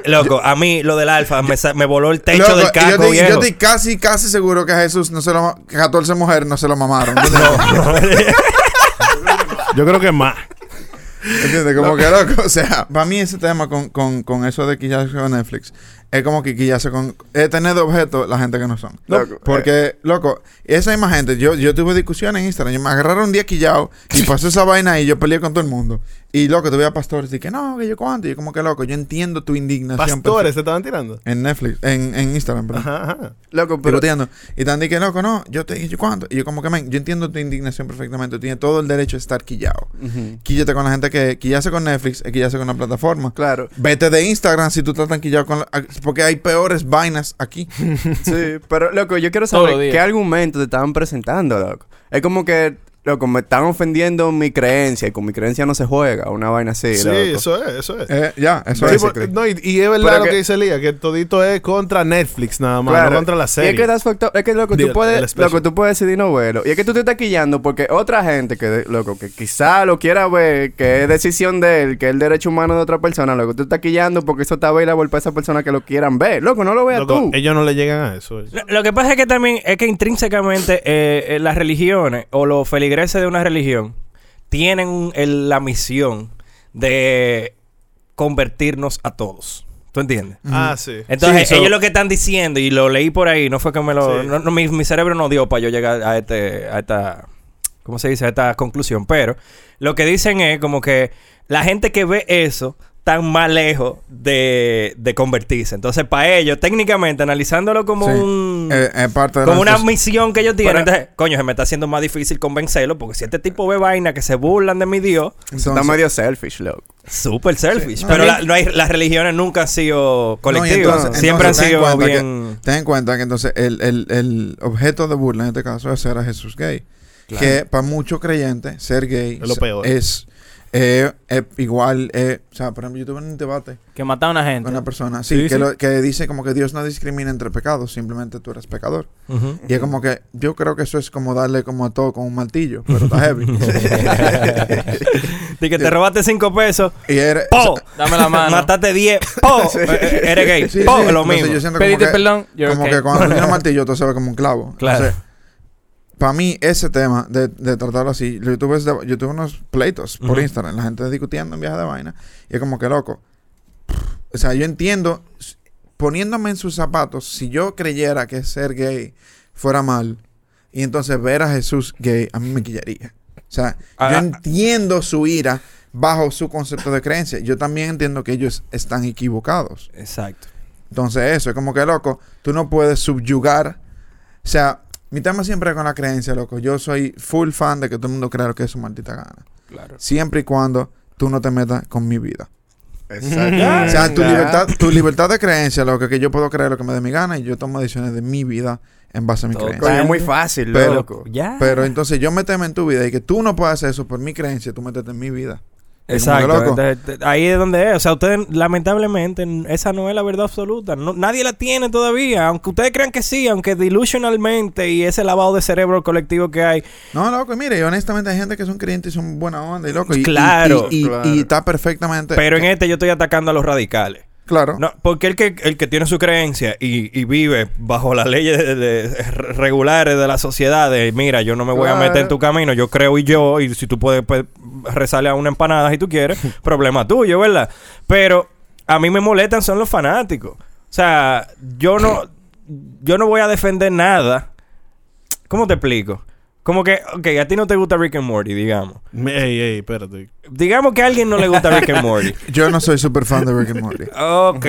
S4: loco, a mí lo del alfa me, sa- me voló el techo
S5: Loco,
S4: del
S5: y yo,
S4: caco,
S5: estoy- yo
S4: viejo.
S5: estoy casi, casi seguro que a Jesús no se lo ma- 14 mujeres no se lo mamaron.
S3: Yo creo que más.
S5: ¿Entiendes? Como que loco. O sea, para mí ese tema con, con, con eso de quillarse con Netflix es como que quillarse con. Es tener de objeto la gente que no son.
S6: Loco,
S5: Porque, loco, esa misma gente. Yo, yo tuve discusiones en Instagram. Yo me agarraron un día quillado y pasó esa vaina y yo peleé con todo el mundo. Y loco, tuve a pastores y que no, que yo cuánto. Y yo, como que loco, yo entiendo tu indignación.
S3: Pastores, te estaban tirando.
S5: perfecta. En Netflix, en, en Instagram, perdón.
S3: Ajá, ajá.
S6: Loco, pero.
S5: Piloteando. Y tan de que loco, no, yo te dije cuánto. Y yo, como que, men, yo entiendo tu indignación perfectamente. Tú tienes todo el derecho a estar quillado. Quíllate con la gente que quillase con Netflix, eh, quillase con la plataforma.
S6: Claro.
S5: Vete de Instagram si tú estás tan quillado con la, a- Porque hay peores vainas aquí.
S6: Sí, pero loco, yo quiero
S7: Todos los
S6: saber
S7: días.
S6: qué argumento te estaban presentando, loco. Es como que, loco, me están ofendiendo mi creencia y con mi creencia no se juega, una vaina así,
S3: Sí,
S6: loco.
S3: eso es, eso es.
S5: Eh, ya, eso
S3: Sí,
S5: es.
S3: por-
S5: Chris.
S3: no, y, y es verdad
S6: Pero
S3: lo que,
S6: que-
S3: dice Lía, que todito es contra Netflix nada más,
S6: Claro.
S3: no contra la serie.
S6: Y es que that's fucked up. Es que, loco,
S3: Digo,
S6: tú
S3: el
S6: puedes,
S3: especial.
S6: loco, tú puedes decidir no verlo. Y es que tú te estás quillando porque otra gente que, de- loco, que quizá lo quiera ver, que es decisión de él, que es el derecho humano de otra persona, loco, tú estás quillando porque eso está available para esa persona que lo quieran ver. Loco, no lo veas
S3: Loco,
S6: tú.
S3: Ellos no le llegan a eso.
S4: Lo- Lo que pasa es que también es que intrínsecamente eh, eh, las religiones o los feligreses de una religión tienen un- el- la misión de convertirnos a todos. ¿Tú entiendes?
S3: Ah, sí.
S4: Entonces,
S3: Sí, so-
S4: ellos lo que están diciendo, y lo leí por ahí, no fue que me lo.
S3: Sí.
S4: no- no, mi, mi cerebro no dio para yo llegar a este. a esta. ¿Cómo se dice? A esta conclusión. Pero lo que dicen es como que la gente que ve eso tan más lejos de, de convertirse. Entonces, para ellos, técnicamente, analizándolo como
S5: Sí.
S4: un.
S5: Eh, es parte de
S4: Como
S5: la-
S4: una misión que ellos tienen.
S6: Para-
S4: Entonces, coño, se me está haciendo más difícil convencerlo porque si este tipo ve vaina que se burlan de mi Dios,
S5: Entonces,
S6: está medio selfish, loco.
S4: súper selfish.
S5: Sí.
S4: Pero
S5: También-
S4: la- no hay, las religiones nunca han sido
S5: No, y
S4: colectivas.
S5: entonces-
S4: Siempre
S5: entonces ten en
S4: han sido
S5: cuenta que- (laughs)
S4: bien...
S5: ten en cuenta que entonces el, el- el objeto de burla en este caso es ser a Jesús gay. Que para muchos creyentes, ser gay
S3: Es lo peor.
S5: es, eh, eh, igual. eh, o sea, por ejemplo, yo tuve un debate
S7: Que mataron a gente.
S5: con una persona. Sí, que, lo- que dice como que Dios no discrimina entre pecados, simplemente tú eres pecador.
S4: Ujú.
S5: Y es como que yo creo que eso es como darle como a todo con un martillo, pero está heavy.
S4: De que te robaste cinco pesos,
S5: y eres.
S4: ¡po!
S5: (laughs)
S7: Dame la mano.
S4: Mataste 10, ¡po! Eh, eh, Eres gay,
S5: Sí,
S4: ¡po!
S5: sí,
S4: Lo
S5: entonces
S4: mismo.
S5: yo siento como
S7: Pediste
S5: que-
S7: perdón. Yo,
S5: como que cuando tú tienes un martillo, tú se ve como un clavo.
S4: (laughs) Claro.
S5: para mí, ese tema de, de tratarlo así, yo tuve, ese- yo tuve unos pleitos por
S4: Ujú.
S5: Instagram, la gente discutiendo en viaje de vaina, y es como que loco. O sea, yo entiendo, s- poniéndome en sus zapatos, si yo creyera que ser gay fuera mal, y entonces ver a Jesús gay, a mí me quillaría. O sea,
S4: Ah,
S5: yo
S4: ah.
S5: entiendo su ira bajo su concepto de creencia. Yo también entiendo que ellos están equivocados.
S4: Exacto.
S5: Entonces, eso es como que, loco, tú no puedes subyugar. O sea, mi tema siempre es con la creencia, loco. Yo soy full fan de que todo el mundo crea lo que es su maldita gana.
S4: Claro.
S5: Siempre y cuando tú no te metas con mi vida.
S6: Exacto.
S5: O sea, tu libertad, tu libertad de creencia, loco, que yo puedo creer lo que me dé mi gana y yo tomo decisiones de mi vida en base a mi
S4: Todo
S5: creencia.
S6: Coño, es muy fácil,
S5: Pero-
S6: loco.
S4: Ya.
S5: Pero entonces yo meterme en tu vida y que tú no puedas hacer eso por mi creencia, tú métete en mi vida. Es como que,
S4: Exacto.
S5: loco,
S4: Entonces, te- ahí es donde es. O sea, ustedes, lamentablemente, n- esa no es la verdad absoluta. No- nadie la tiene todavía. Aunque ustedes crean que sí, aunque delusionalmente y ese lavado de cerebro colectivo que hay.
S5: No, loco, y mire, y honestamente hay gente que son creyentes y son buena onda y loco. Y, y-
S4: Claro,
S5: y, y-
S6: claro.
S5: y está perfectamente.
S4: Pero en este yo estoy atacando a los radicales.
S5: Claro.
S4: No, porque el que, el que tiene su creencia y, y vive bajo las leyes de- de- de- regulares de la sociedad, de mira, yo no me voy a meter en tu camino, yo creo y yo, y si tú puedes pues, rezarle a una empanada si tú quieres, problema tuyo, ¿verdad? Pero a mí me molestan son los fanáticos. O sea, yo no, yo no voy a defender nada. ¿Cómo te explico? Como que, ok, a ti no te gusta Rick and Morty, digamos.
S3: Me- Ey, ey, espérate.
S4: Digamos que a alguien no le gusta Rick and Morty.
S5: Yo no soy super fan de Rick and Morty.
S4: Ok.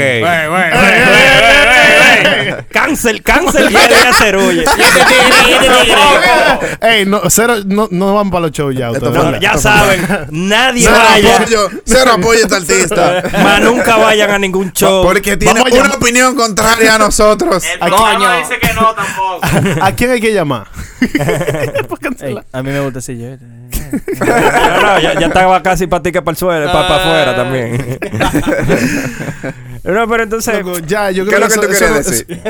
S4: Cancel, cancel ya de hacer huye. (laughs)
S3: Ey, no, cero, no, no van para los shows ya.
S5: Esto
S3: ustedes,
S5: fue
S3: ¿verdad?
S4: Ya saben, nadie
S5: Cero
S4: vaya.
S5: apoyo, cero apoyo a este
S4: (laughs)
S5: artista.
S4: Más nunca vayan a ningún show.
S5: Porque tiene
S3: Vamos a
S5: una
S3: llamar-
S5: opinión contraria a nosotros.
S10: Coño. dice que no tampoco.
S3: ¿A quién hay que llamar?
S7: Ey, a mí me gusta ese yo.
S4: No, no, ya, ya estaba casi patica para el suelo, para afuera
S7: (laughs)
S4: también. No, pero entonces,
S3: Loco, ya, yo
S6: ¿Qué es
S3: creo
S6: lo que tú
S3: eso-
S6: quieres
S3: eso-
S6: decir?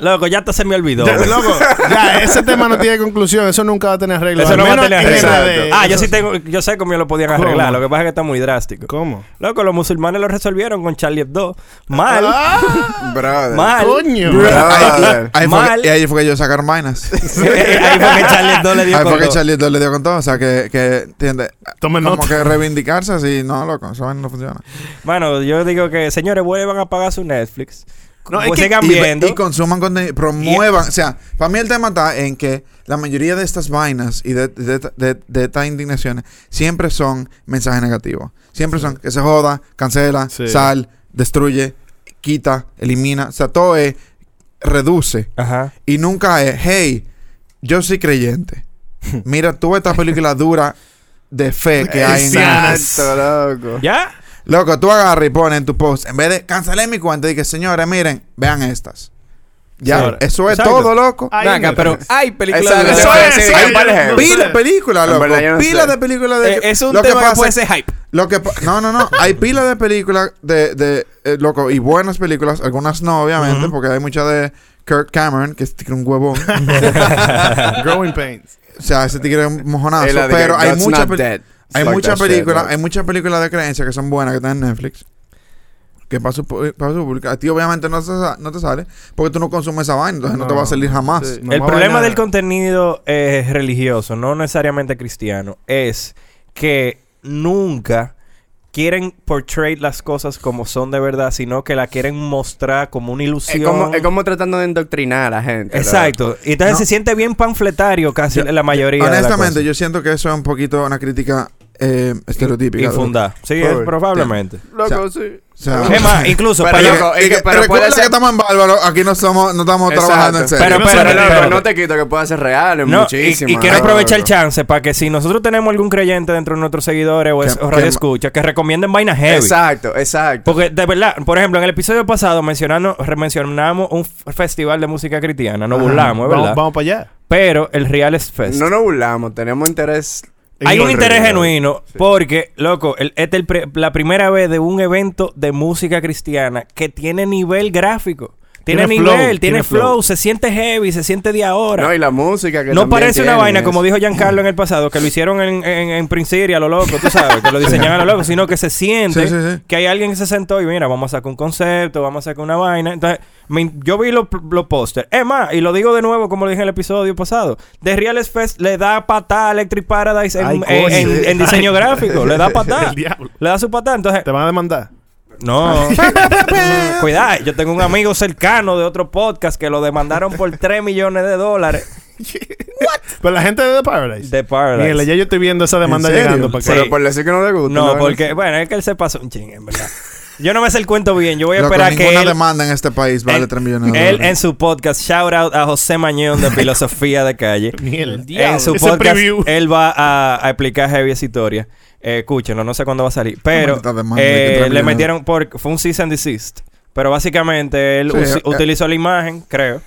S4: loco, ya hasta se me olvidó.
S3: Ya, loco, ya, ese tema no tiene conclusión. Eso nunca va a tener arreglo.
S4: Eso
S3: al
S4: no va a
S3: menos
S4: tener
S3: en
S4: arreglo.
S3: RD.
S4: Ah, yo
S3: Eso-
S4: sí tengo, yo sé cómo ellos lo podían arreglar.
S3: ¿Cómo?
S4: Lo que pasa es que está muy drástico.
S3: ¿Cómo?
S4: Loco, los musulmanes lo resolvieron con Charlie Hebdo. Mal,
S3: Ah,
S4: (laughs)
S6: Brother.
S4: mal.
S3: coño.
S5: Ahí-
S6: Brother.
S5: Ahí fue
S4: Mal. (laughs)
S5: que- y ahí fue que yo sacaron vainas.
S4: Ahí fue que Charlie Hebdo le dio
S5: Ahí
S4: con
S5: fue que
S4: todo.
S5: Charlie Hebdo le dio con todo. O sea, que, que ¿entiendes?
S3: Tomen
S5: como
S3: nota.
S5: que reivindicarse así, no, loco, eso no funciona.
S4: Bueno, yo digo que, señores, vuelvan a pagar su Netflix.
S3: No, es
S4: pues
S3: que-
S4: sigan
S5: Y, ve-
S4: viendo.
S5: y consuman contenido, promuevan. O sea, para mí el tema está en que la mayoría de estas vainas y de, de, de- de estas indignaciones siempre son mensajes negativos. Siempre son que se joda, cancela,
S3: Sí.
S5: sal, destruye, quita, elimina. O sea, todo es reduce.
S4: Ajá.
S5: Y nunca es, hey, yo soy
S4: (laughs)
S5: creyente. Mira, tú esta película dura de fe que hay en la
S6: Exacto, loco.
S4: ¿Ya?
S5: Loco, tú agarras y pones en tu post, en vez de cancelé mi cuenta, dije, señores, miren, vean estas. Ya,
S4: Señores.
S5: eso es
S4: Exacto.
S5: todo, loco.
S3: Ay,
S4: Ven acá,
S3: no.
S4: pero hay películas
S6: Exacto,
S4: de-
S5: eso
S4: de-
S5: es,
S6: sí,
S5: eso
S6: hay
S5: es.
S6: par de
S3: no
S6: gente.
S5: (laughs) Pila de
S3: sé.
S5: películas,
S6: En
S5: loco.
S6: verdad, yo no
S5: pila
S6: sé.
S5: de películas de.
S4: Eh, es un
S5: lo
S4: tema que,
S5: pasa-
S3: Pues
S4: puede ser hype.
S5: Lo que pa- no, no, no. Hay pila de películas de, de eh, loco, y buenas películas. Algunas no, obviamente, porque hay muchas de Kirk Cameron, que es tigre un
S4: (laughs)
S5: huevón.
S3: (laughs) Growing Pains.
S5: o sea, ese tigre es un mojonazo.
S6: Es la de
S5: Ah, Pero
S6: que
S5: hay
S6: that's
S5: muchas
S6: not
S5: pel-
S6: dead.
S5: Hay
S6: It's like
S5: muchas
S6: that
S5: películas,
S6: shit,
S5: hay muchas películas de creencia que son buenas que están en Netflix. Que para su, pu- para su público. A ti obviamente no, se sa- no te sale porque tú no consumes esa vaina, entonces no, te va a salir jamás.
S3: Sí.
S4: El
S3: No
S4: problema
S3: vaina-
S4: del contenido eh, religioso, no necesariamente cristiano, es que nunca quieren portray las cosas como son de verdad, sino que la quieren mostrar como una ilusión.
S6: Es como, es como tratando de indoctrinar a la gente. loco.
S4: Exacto. Y entonces
S5: No.
S4: se siente bien panfletario casi
S5: Yo-
S4: la mayoría.
S5: Honestamente,
S4: de
S5: yo siento que eso es un poquito una crítica eh, estereotípica.
S4: Infundar. Sí, es
S6: Pobre.
S4: probablemente.
S6: Loco, sí.
S5: O sea,
S4: Es
S5: (laughs)
S4: más, incluso
S6: Pero
S4: para
S6: yo-
S5: Oye,
S4: allá-
S6: loco, es
S5: y
S6: que-
S5: que-
S6: pero
S5: recuerda
S6: puede ser-
S5: que estamos en bárbaro, aquí no somos, no estamos
S6: Exacto.
S5: trabajando en serio.
S4: Pero,
S6: No,
S4: pero,
S6: pero,
S4: pero,
S6: loco,
S4: pero-
S6: no te quito que pueda ser real, es
S4: No, y,
S6: muchísimo.
S4: y quiero
S6: loco.
S4: aprovechar el chance para que si nosotros tenemos algún creyente dentro de nuestros seguidores o, es,
S5: Que-
S4: o
S5: que-
S4: radio escucha, que recomienden vainas heavy.
S6: Exacto, exacto.
S4: Porque de verdad, por ejemplo, en el episodio pasado mencionando, mencionamos un f- festival de música cristiana, nos burlamos,
S3: Vamos,
S4: es verdad.
S3: vamos para
S4: (laughs)
S3: allá.
S4: Pero el Real es Fest.
S6: No nos burlamos, tenemos interés.
S4: Hay un
S6: Horrible.
S4: interés genuino porque, loco, el, esta es el pre- la primera vez de un evento de música cristiana que tiene nivel gráfico. Tiene,
S3: Tiene flow,
S4: nivel, tiene,
S3: tiene
S4: flow,
S3: flow.
S4: se siente heavy, se siente de ahora.
S6: No, y la música que
S4: No
S6: también
S4: parece una
S6: tienen,
S4: vaina,
S6: es-
S4: como dijo Giancarlo en el pasado, que lo hicieron en, en, en Prince City a lo loco, tú sabes, que lo diseñaron a lo loco, sino que se siente
S5: Sí, sí, sí.
S4: que hay alguien que se sentó y mira, vamos a sacar un concepto, vamos a sacar una vaina. Entonces, me- yo vi los los pósters. Es más, y lo digo de nuevo, como lo dije en el episodio pasado, The Real Fest le da patada a Electric Paradise en,
S3: Ay,
S4: en-
S3: coño.
S4: en- en diseño
S3: Ay.
S4: gráfico, le da
S3: (laughs)
S4: patada.
S3: El diablo.
S4: Le da su patada, entonces...
S3: Te van a demandar.
S4: No. Cuidado, yo tengo un amigo cercano de otro podcast que lo demandaron por 3 millones de dólares
S3: Pero la gente de The Paradise.
S4: de Paradise.
S3: Miguel, ya yo estoy viendo esa demanda
S5: ¿En serio?
S3: llegando para acá.
S6: Pero por decir que no le gusta.
S4: No, porque, bueno, es que él se pasó un ching, en verdad. Yo no me sé el cuento bien. Yo voy a
S5: Loco,
S4: esperar que
S5: ninguna
S4: él,
S5: demanda en este país vale
S4: él-
S5: 3 millones de
S4: él
S5: dólares.
S4: en su podcast, shout out a José Mañón de Filosofía de
S7: (laughs)
S4: Calle.
S3: Miguel.
S4: En su
S3: Ese
S4: podcast,
S3: preview.
S4: él va a, a explicar heavy esa historia. Eh, escúchenlo, no sé cuándo va a salir. Pero
S5: Maldita demanda,
S4: eh,
S5: hay que terminar.
S4: le metieron por. Fue un cease and desist. Pero básicamente él
S5: Sí,
S4: usi-
S5: eh,
S4: utilizó la imagen, creo,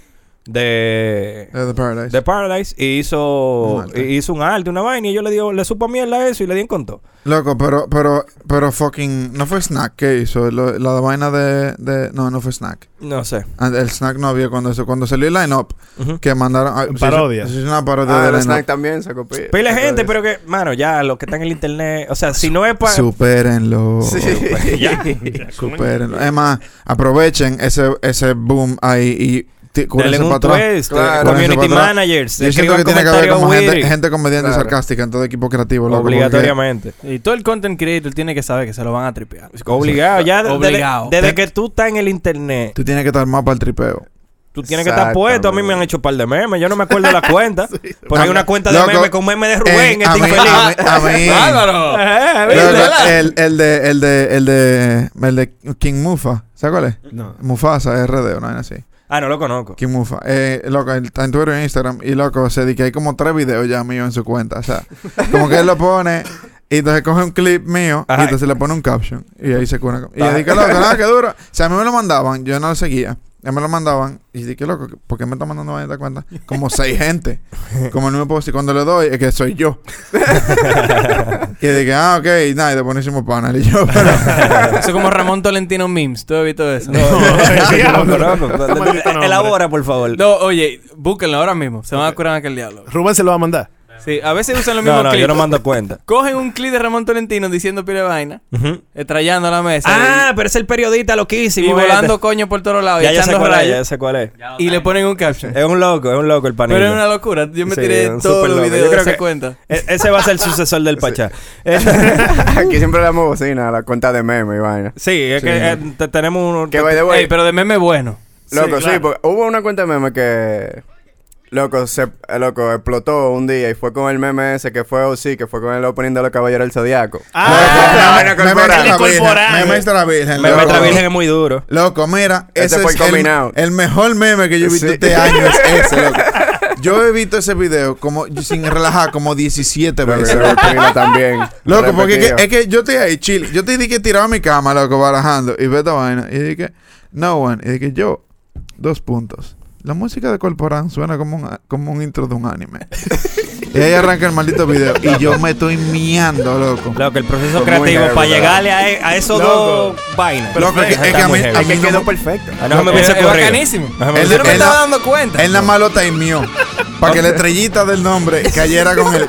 S4: de.
S5: Eh, The Paradise.
S4: de Paradise y
S5: Un
S4: hizo,
S5: arte.
S4: hizo un arte, una vaina. Y yo le digo, le supo mierda eso y le di en contó.
S5: Loco, pero, pero, pero fucking. No fue Snack que hizo. Lo- la vaina de, de- No, no fue Snack.
S4: No sé.
S5: And- El Snack no había cuando, eso, cuando salió el line-up.
S4: Ujú.
S5: Que mandaron. ah, se
S3: Parodia.
S5: hizo- se hizo una parodia
S6: Ah,
S5: del
S6: el snack
S5: line-up.
S6: también se copia.
S4: Pile gente, pero que, mano, ya, los que están en el internet, o sea, si no es para.
S5: Supérenlo.
S4: (laughs)
S6: Sí.
S5: Supérenlo. Es más, aprovechen ese, ese boom ahí y. ti-
S4: Denle
S5: cúrense
S4: un
S5: para atrás.
S7: Este,
S4: twist,
S6: Claro.
S4: eh,
S5: Cúrense
S4: community
S5: para atrás.
S4: managers,
S5: Yo siento
S4: escriban
S5: que tiene que haber
S4: comentarios
S5: como gente,
S4: witty,
S5: gente comediante
S6: Claro.
S5: sarcástica en todo equipo creativo, loco. porque-
S4: obligatoriamente.
S7: Y todo el content creator tiene que saber que se lo van a tripear.
S4: Obligado, ya de-
S7: Obligado.
S4: Desde, desde que tú estás en el internet,
S5: Tú tienes que estar más para el tripeo.
S4: tú tienes que estar puesto. A mí me han hecho un par de memes, yo no me acuerdo la cuenta. Pero hay una cuenta de
S5: Loco,
S4: memes con memes de Rubén,
S5: eh,
S4: este
S5: a mí-
S4: infeliz.
S5: a mí- a
S4: (laughs)
S5: mí-
S7: ¡Bárbaro!
S4: Ajá,
S5: Luego,
S4: ¿verdad?
S5: el, el de, el de, el de, el de King Mufa, ¿sabes cuál es?
S3: No.
S5: Mufasa, RD, una vaina así.
S4: Ah, no lo conozco.
S5: King Mufa. Eh, loco, él está en Twitter y en Instagram. Y loco, se di que hay como tres videos ya míos en su cuenta. O sea, como que él lo pone y entonces coge un clip mío
S4: Ajá.
S5: y entonces le pone un caption. Y ahí se cura. Y yo dije, loco, nada, que duro. O sea, a mí me lo mandaban, yo no lo seguía. Ya me lo mandaban y dije, loco, ¿por qué me está mandando a esta cuenta? Como seis gente. Como el mismo post. Y cuando le doy, es que soy yo. (laughs) y dije, ah, ok, nada, y de buenísimo panel. Y yo, pero.
S7: Eso es como Ramón Tolentino Memes. ¿Tú has visto eso?
S4: No, no, no lo
S3: diablo.
S4: conozco.
S3: Ese maldito nombre.
S4: Elabora, por favor.
S7: No, oye, búsquenlo ahora mismo. Se van a curar en aquel diablo.
S3: Rubén se lo va a mandar.
S7: Sí, a veces usan los
S4: No,
S7: mismos
S4: no,
S7: clips.
S4: yo no mando cuenta.
S7: Cogen un clip de Ramón Tolentino diciendo pile de vaina, estrellando la mesa.
S4: Ah, pero es el periodista
S7: y,
S4: loquísimo.
S7: y
S4: vete.
S7: volando coño por todos lados
S4: Ya,
S7: y
S4: ya sé
S7: echando
S4: cuál es, ya
S7: rayas.
S4: sé cuál es.
S7: Y le ponen un caption.
S4: Es un loco, es un loco el panel.
S7: Pero es una locura. Yo me tiré todos los videos de esa cuenta.
S4: E-, Ese va a ser el sucesor
S5: (laughs)
S4: del Pachá. Eh,
S6: (laughs)
S4: (laughs)
S6: Aquí siempre le damos bocina a la cuenta de meme y vaina.
S4: sí, es que eh, te- tenemos un...
S6: Que by the way,
S7: Ey, pero de meme bueno.
S6: Loco, sí,
S4: claro.
S6: porque hubo una cuenta de meme que. Loco, se, eh, loco, explotó un día y fue con el meme ese que fue OC, que fue con el opening de los Caballeros del Zodiaco.
S3: Ah,
S6: Loco,
S5: me
S6: una vaina corporal.
S3: corporal.
S5: Me extra virgen.
S4: Me
S5: loco.
S4: Metra Virgen es muy duro.
S5: Loco, mira,
S6: Ese
S5: ese
S6: fue
S5: es
S6: combinado.
S5: el, el mejor meme que yo he visto
S6: Sí.
S5: este año. Es ese, loco. Yo he visto ese video como sin relajar como 17
S6: Loco,
S5: veces.
S6: ese opening también.
S5: (laughs) Loco, porque es
S6: repetido.
S5: que, es que yo estoy ahí, chill. Yo te dije que tiraba mi cama, loco, barajando. Y ve esta vaina. Y dije, no one. Y dije, yo, dos puntos. La música de Corporán suena como un, como un intro de un anime. y ahí arranca el maldito video. Y yo me estoy miando, loco.
S4: Loco, el proceso
S6: Fue muy
S4: creativo
S6: heavy,
S4: para
S6: ¿verdad?
S4: llegarle a, e- a esos
S3: Loco.
S4: dos vainas.
S5: Loco, es que-
S4: Está
S5: es que a
S4: muy
S5: mí-
S4: heavy.
S5: a
S6: Es
S5: mí
S6: que
S5: no
S6: quedó
S5: me-
S6: perfecto.
S4: Ah, no, me
S7: Es,
S4: hubiese
S7: es
S4: ocurrido.
S7: bacanísimo.
S4: No me
S5: Él-
S4: hubiese
S7: Yo no me
S5: él-
S7: estaba dando cuenta.
S5: Él nada más lo mío. Para que la estrellita del nombre cayera con el.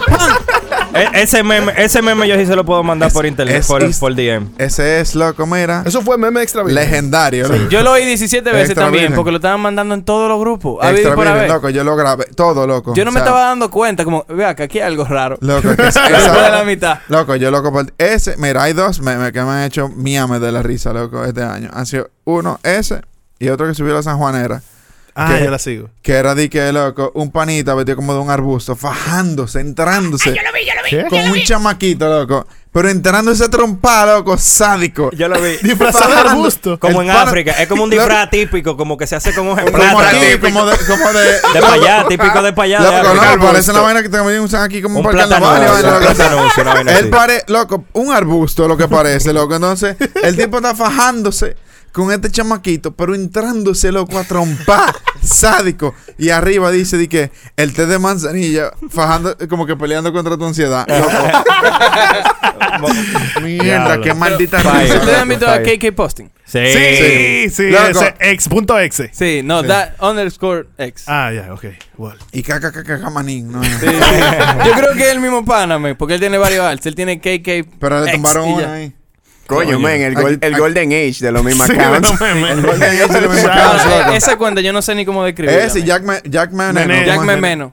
S4: E- Ese meme, ese meme yo sí se lo puedo mandar por internet,
S5: es-
S4: por,
S5: es-
S4: por DM.
S5: Ese es, loco, mira.
S3: Eso fue meme extra virgen.
S5: legendario. loco.
S7: Yo lo oí 17 veces
S5: Extra
S7: también
S5: virgen.
S7: porque lo estaban mandando en todos los grupos. A
S5: Extra
S7: ver, por
S5: virgen,
S7: haber.
S5: loco, yo lo grabé. Todo, loco.
S7: Yo no me
S5: O sea,
S7: estaba dando cuenta. Como, vea, que aquí hay algo raro.
S5: Loco,
S7: (laughs)
S5: es que esa-
S7: Después de la mitad.
S5: Loco, yo loco por ese. Mira, hay dos memes que me han hecho miames de la risa, loco, este año. Han sido uno, ese, y otro que subió la San Juanera.
S3: Ah,
S5: ¿Qué?
S3: yo la sigo.
S5: Que era de que, loco, un panita vestido como de un arbusto, fajándose, entrándose. Con un chamaquito, loco. Pero entrándose a trompar, loco, sádico.
S4: Yo lo vi.
S3: Disfrazado de
S5: Fajando.
S3: arbusto.
S4: Como
S5: El
S4: en
S5: pana-
S4: África. Es como un
S5: Loco,
S4: disfraz típico, como que se hace como un
S5: Como
S4: plátano.
S5: aquí, como de. Como de
S4: De payá, típico de payá. de
S5: Loco,
S4: África.
S5: no, parece una vaina que también usan aquí como
S4: Un
S5: para el
S4: plátano,
S5: carnaval. y
S4: un
S5: vaina, loco.
S4: plátano, una vaina así.
S5: Él pare, loco, un arbusto lo que parece, loco. Entonces, el tipo está fajándose con este chamaquito, pero entrándose, loco, a trompar,
S4: (laughs)
S5: sádico. Y arriba dice de que el té de manzanilla, fajando, como que peleando contra tu ansiedad. Loco. Mierda, qué maldita risa.
S7: ¿Ustedes han
S5: loco.
S7: visto a KK Posting?
S4: Sí.
S3: Sí, sí,
S5: Loco.
S3: ese ex, punto exe.
S7: Sí, no, that underscore
S5: (laughs)
S7: X.
S3: Ah, ya, ok. Igual.
S5: Y caca, caca, jamanín. No, no.
S7: Yo creo que es el mismo Paname, porque él tiene varios alts. Él tiene KK.
S5: Pero le
S7: Ex,
S5: tumbaron
S7: y
S5: una
S7: ya.
S5: ahí.
S6: Coño, men, el, gol-
S5: Ay,
S6: el
S5: ay.
S6: (laughs) Golden Age de los mismos
S3: Sí,
S6: accounts.
S3: no me-
S5: El
S3: (laughs)
S5: gol de ahí se lo me
S7: Ahora,
S5: acabas, Ah, loco.
S7: esa cuenta yo no sé ni cómo describirla.
S5: Ese,
S7: man.
S5: Jack, Ma- Jack Maneno.
S3: Meneno.
S7: Jack
S5: ¿cómo es?
S7: Memeno.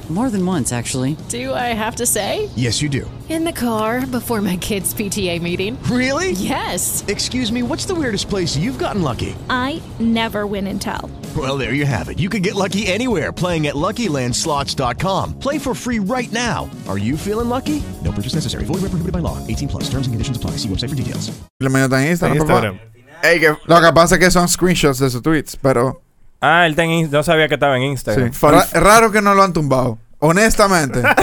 S11: More than once, actually.
S12: Do I have to say?
S11: Yes, you do.
S12: In the car before my kids' PTA meeting.
S11: Really?
S12: Yes.
S11: Excuse me, what's the weirdest place you've gotten lucky?
S1: I never win and tell.
S11: Well, there you have it. You can get lucky anywhere playing at LuckyLandSlots.com. Play for free right now. Are you feeling lucky? No purchase necessary. Void where prohibited by law. 18 plus. Terms and conditions apply. See website for details.
S5: Lo menos está en Instagram,
S3: En
S5: papá.
S3: Instagram.
S6: Ey, que
S5: Lo que pasa es que son screenshots de sus tweets, pero
S4: Ah, él está en Inst- no sabía que estaba en
S5: sí.
S4: Instagram.
S5: Ra- raro que no lo han tumbado.
S3: (laughs)
S5: Honestamente.
S4: Eh,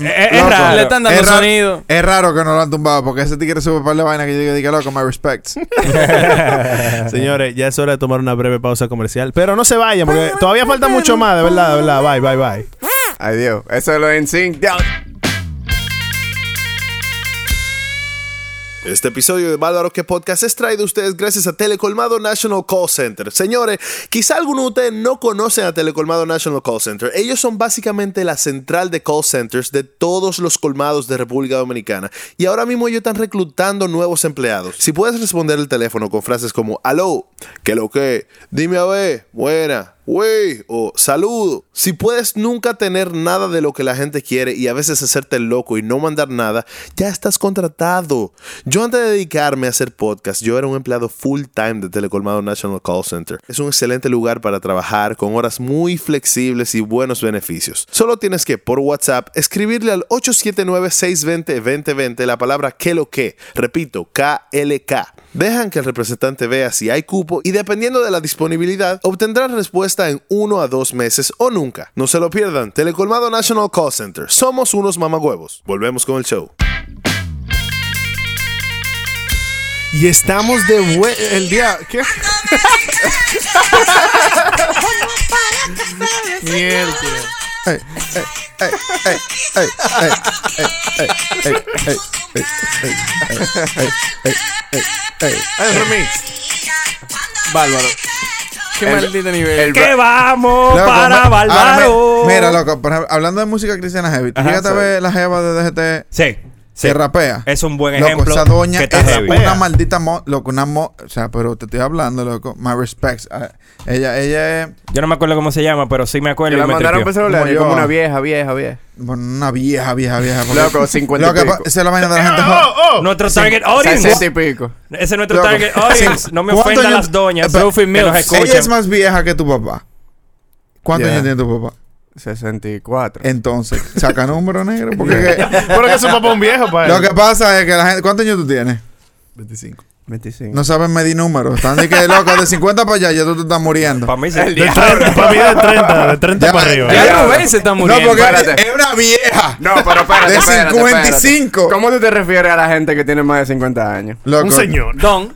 S4: Es,
S5: Loco.
S4: raro.
S7: Le están dando
S5: Es raro-
S7: sonido.
S5: Es raro que no lo han tumbado porque ese tigre sube para la vaina que yo digo, diga, loco, my respects.
S3: Señores, ya es hora de tomar una breve pausa comercial. Pero no se vayan, porque todavía falta mucho más, de verdad, de verdad. Bye, bye, bye.
S6: (laughs) Ay, Dios. Eso es lo en sync. Dios.
S13: Este episodio de Bárbaro que Podcast es traído a ustedes gracias a Telecolmado National Call Center. Señores, quizá algunos de ustedes no conocen a Telecolmado National Call Center. Ellos son básicamente la central de call centers de todos los colmados de República Dominicana. Y ahora mismo ellos están reclutando nuevos empleados. Si puedes responder el teléfono con frases como, aló, que lo que, dime a ver, buena. wey o saludo. Si puedes nunca tener nada de lo que la gente quiere y a veces hacerte el loco y no mandar nada, ya estás contratado. Yo antes de dedicarme a hacer podcast, yo era un empleado full time de Telecolmado National Call Center. Es un excelente lugar para trabajar con horas muy flexibles y buenos beneficios. Solo tienes que por WhatsApp escribirle al 879-620-2020 la palabra que lo que. Repito, KLK. Dejan que el representante vea si hay cupo y dependiendo de la disponibilidad, obtendrás respuesta en uno a dos meses o nunca. No se lo pierdan, Telecolmado National Call Center. Somos unos mamagüevos. Volvemos con el show.
S3: Y estamos de vuelta. El día. ¿Qué? Mierda.
S5: Ey, ey, ey, ey, ey, ey, ey, ey, ey, ey, ey, ey, ey, ey, ey, ey,
S3: ey.
S7: Bárbaro. Qué
S5: El-
S7: maldito nivel.
S5: el
S7: que
S5: ba-
S7: vamos
S5: Loco,
S7: para
S5: ma- ahora me-
S7: Bárbaro.
S5: Mira, loco, por ejemplo, hablando de música cristiana heavy, tú
S4: Ajá,
S5: llegaste a
S4: sí.
S5: ver la jeva de DGT
S4: Sí. sí.
S5: que rapea.
S4: Es un buen
S5: loco,
S4: ejemplo.
S5: esa doña
S4: que está
S5: es
S4: heavy.
S5: una maldita mo, loco, una mo, o sea, pero te estoy hablando, loco, my respects. Ah, Ella, ella es
S4: Yo no me acuerdo cómo se llama, pero sí me acuerdo.
S5: Que
S4: y
S5: la
S4: me
S5: mandaron
S4: tripió.
S5: por celular,
S4: Como
S5: y
S4: yo.
S5: como una
S6: Vieja, vieja, vieja.
S5: bueno, una vieja, vieja, vieja. porque-
S6: Loco, 50 y
S5: Lo que pa-
S6: pico.
S5: esa es la vaina de la
S4: (laughs) Oh,
S5: gente.
S4: Nuestro target audience.
S6: 60 y pico.
S4: Ese es nuestro
S5: Loco,
S4: target audience.
S5: sí.
S4: No me
S5: ¿Cuántos
S4: ofendan
S5: años-
S4: las doñas
S5: Espera,
S4: que nos
S5: Ella
S4: escuchan.
S5: es más vieja que tu papá. ¿Cuántos
S6: Yeah.
S5: años tiene tu papá?
S6: 64.
S7: Eh,
S5: Entonces, saca número negro. Porque es que-
S3: (laughs) Pero que su papá es un viejo, pues. pa' él.
S5: lo que pasa es que la gente. ¿Cuántos años tú tienes? 25.
S6: 25.
S5: No saben medir números. Están de que loco, de 50 para allá, ya tú te estás muriendo. Para
S4: mí
S5: sí.
S3: De 30, para mí de 30, de 30 para arriba.
S7: Ya Rubén se está
S5: No,
S7: muriendo.
S5: porque
S6: Espérate.
S5: es una vieja.
S6: No, pero espérate,
S5: De
S6: espérate, espérate.
S5: 55.
S6: ¿Cómo tú te refieres a la gente que tiene más de 50 años?
S5: Loco.
S7: Don.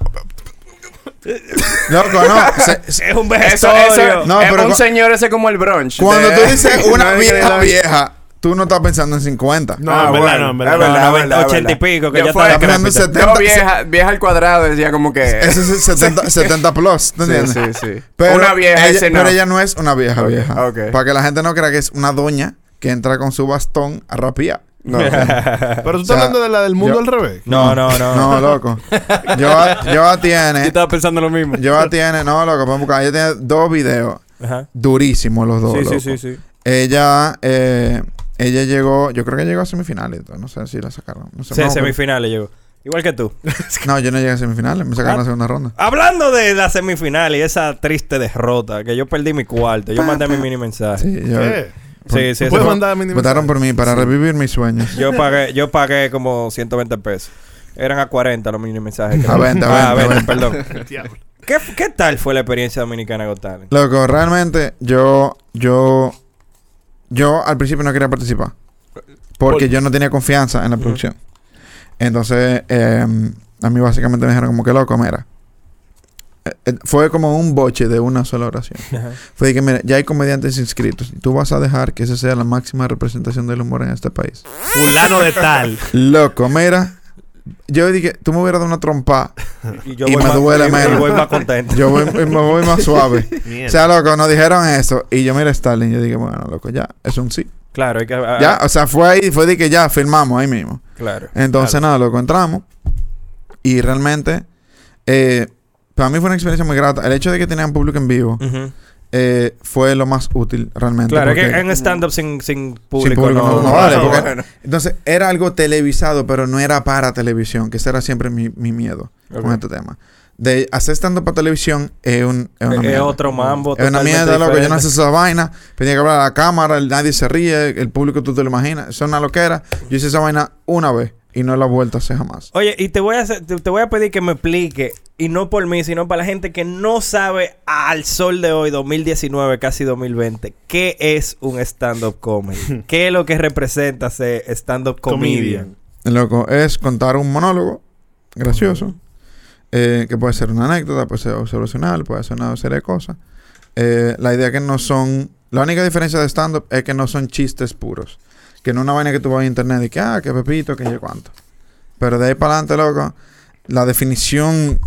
S5: Loco, no. se-
S7: Este,
S5: se-
S4: Es un
S6: Eso,
S4: vejestorio.
S6: eso,
S5: No,
S6: es
S5: pero
S6: un
S5: cu-
S6: señor ese como el brunch.
S5: Cuando
S6: de-
S5: tú
S6: (laughs)
S5: dices una ah,
S6: No,
S5: vieja,
S6: increíble.
S5: vieja, tú no estás pensando en Ah, 50.
S3: No, Ah, en verdad, no, en verdad.
S6: Es verdad,
S4: No,
S6: es verdad, es
S4: 80 y
S6: verdad.
S4: pico, que
S6: Yo
S4: ya está
S6: fuera-
S5: Está pensando en 70.
S4: decrépita.
S6: Yo vieja, vieja al cuadrado decía como que...
S5: Eso es 70, 70 plus, ¿te entiendes?
S6: sí, sí.
S5: Pero
S6: una vieja
S5: ella,
S6: ese no.
S5: Pero ella no es una vieja
S6: Ok,
S5: vieja.
S6: ok.
S5: Para que la gente no crea que es una doña que entra con su bastón a rapear.
S6: No.
S3: Pero tú
S5: O sea,
S3: estás hablando de la del mundo
S5: yo-
S3: al revés.
S4: (laughs) No, no, no.
S5: No, loco. Yo, yo
S7: Yo
S5: tiene,
S7: estaba pensando lo mismo.
S5: yo tiene, no, loco, vamos a buscar. Ella tiene dos videos
S4: Ajá.
S5: durísimos los dos.
S7: Sí,
S5: loco.
S7: sí, sí, sí.
S5: Ella, eh, ella llegó, yo creo que llegó a semifinales. entonces, No sé si la sacaron. No sé,
S4: Sí,
S5: no,
S4: semifinales llegó. Igual que tú. (laughs)
S5: No, yo no llegué a semifinales, me sacaron
S4: Ah.
S5: la segunda ronda.
S4: Hablando de la semifinal y esa triste derrota, que yo perdí mi cuarto, yo mandé mi mini mensaje.
S5: Sí, yo.
S3: ¿Qué?
S4: Sí, sí,
S3: ¿Tú
S4: eso
S3: puedes
S4: fue-
S3: mandar a mí
S5: Votaron por mí para revivir mis sueños.
S4: yo pagué, yo pagué como 120 pesos. Eran a 40 los mini mensajes. que-
S5: A 20, a
S4: Ah,
S5: 20,
S4: perdón. ¿Qué, ¿Qué tal fue la experiencia dominicana Got Talent?
S5: Loco, realmente yo, yo, yo al principio no quería participar. Porque yo no tenía confianza en la producción. Entonces, eh, a mí básicamente me dijeron como que loco, mira. Eh, eh, Fue como un boche de una
S3: (laughs)
S5: sola oración. Fue de que, mira, ya hay comediantes inscritos. Y tú vas a dejar que esa sea la máxima representación del humor en este país.
S3: Fulano de tal.
S5: Loco, mira. Yo dije, tú me hubieras dado una trompa.
S4: Y yo
S5: Y me
S4: más,
S5: duele
S4: y- y
S5: menos.
S4: voy más
S5: (laughs)
S4: contento.
S5: Yo voy- me voy más
S4: (laughs)
S5: suave. O
S3: Mierda.
S5: sea, loco, nos dijeron eso. Y yo, mira, Stalin, yo dije, bueno, loco, ya, es un sí.
S4: Claro, hay que. ah,
S5: Ya, Eh, o sea, fue ahí, fue de que ya firmamos ahí mismo.
S4: Claro.
S5: Entonces, nada, loco, entramos. Y realmente, eh, para mí fue una experiencia muy grata. El hecho de que tenían público en vivo
S4: Ujú.
S5: eh, fue lo más útil realmente.
S4: Mm. Claro, es
S5: porque
S4: que en stand-up sin,
S5: sin
S4: sin público,
S5: público no,
S4: no,
S5: no vale.
S6: no,
S5: porque-
S6: bueno.
S5: Entonces, era algo televisado, pero no era para televisión, que ese era siempre mi, mi miedo
S4: Ok.
S5: con este tema. De hacer stand-up para televisión es un. Es, una
S4: Es- es
S5: mierda.
S4: otro mambo
S5: Es una
S4: totalmente
S5: mierda, loco. Yo no
S4: diferente.
S5: sé esa vaina. Tenía que hablar a la cámara, el- nadie se ríe, el público tú te lo imaginas. Eso es una loquera. Yo hice esa vaina una vez y no la he vuelto a hacer jamás.
S4: Oye, y te voy a hacer- te, te voy a pedir que me explique, y no por mí, sino para la gente que no sabe al sol de hoy, 2019, casi 2020, ¿qué es un
S5: (laughs)
S4: stand-up comedy? ¿Qué es lo que representa ser stand-up comedian?
S5: Loco, es contar un monólogo gracioso, eh, que puede ser una anécdota, puede ser observacional, puede ser una serie de cosas. Eh, la idea que no son... La única diferencia de stand-up es que no son chistes puros. Que no es una vaina que tú vas a internet y que, ah, que Pepito, que yo cuánto. Pero de ahí para adelante, loco, la definición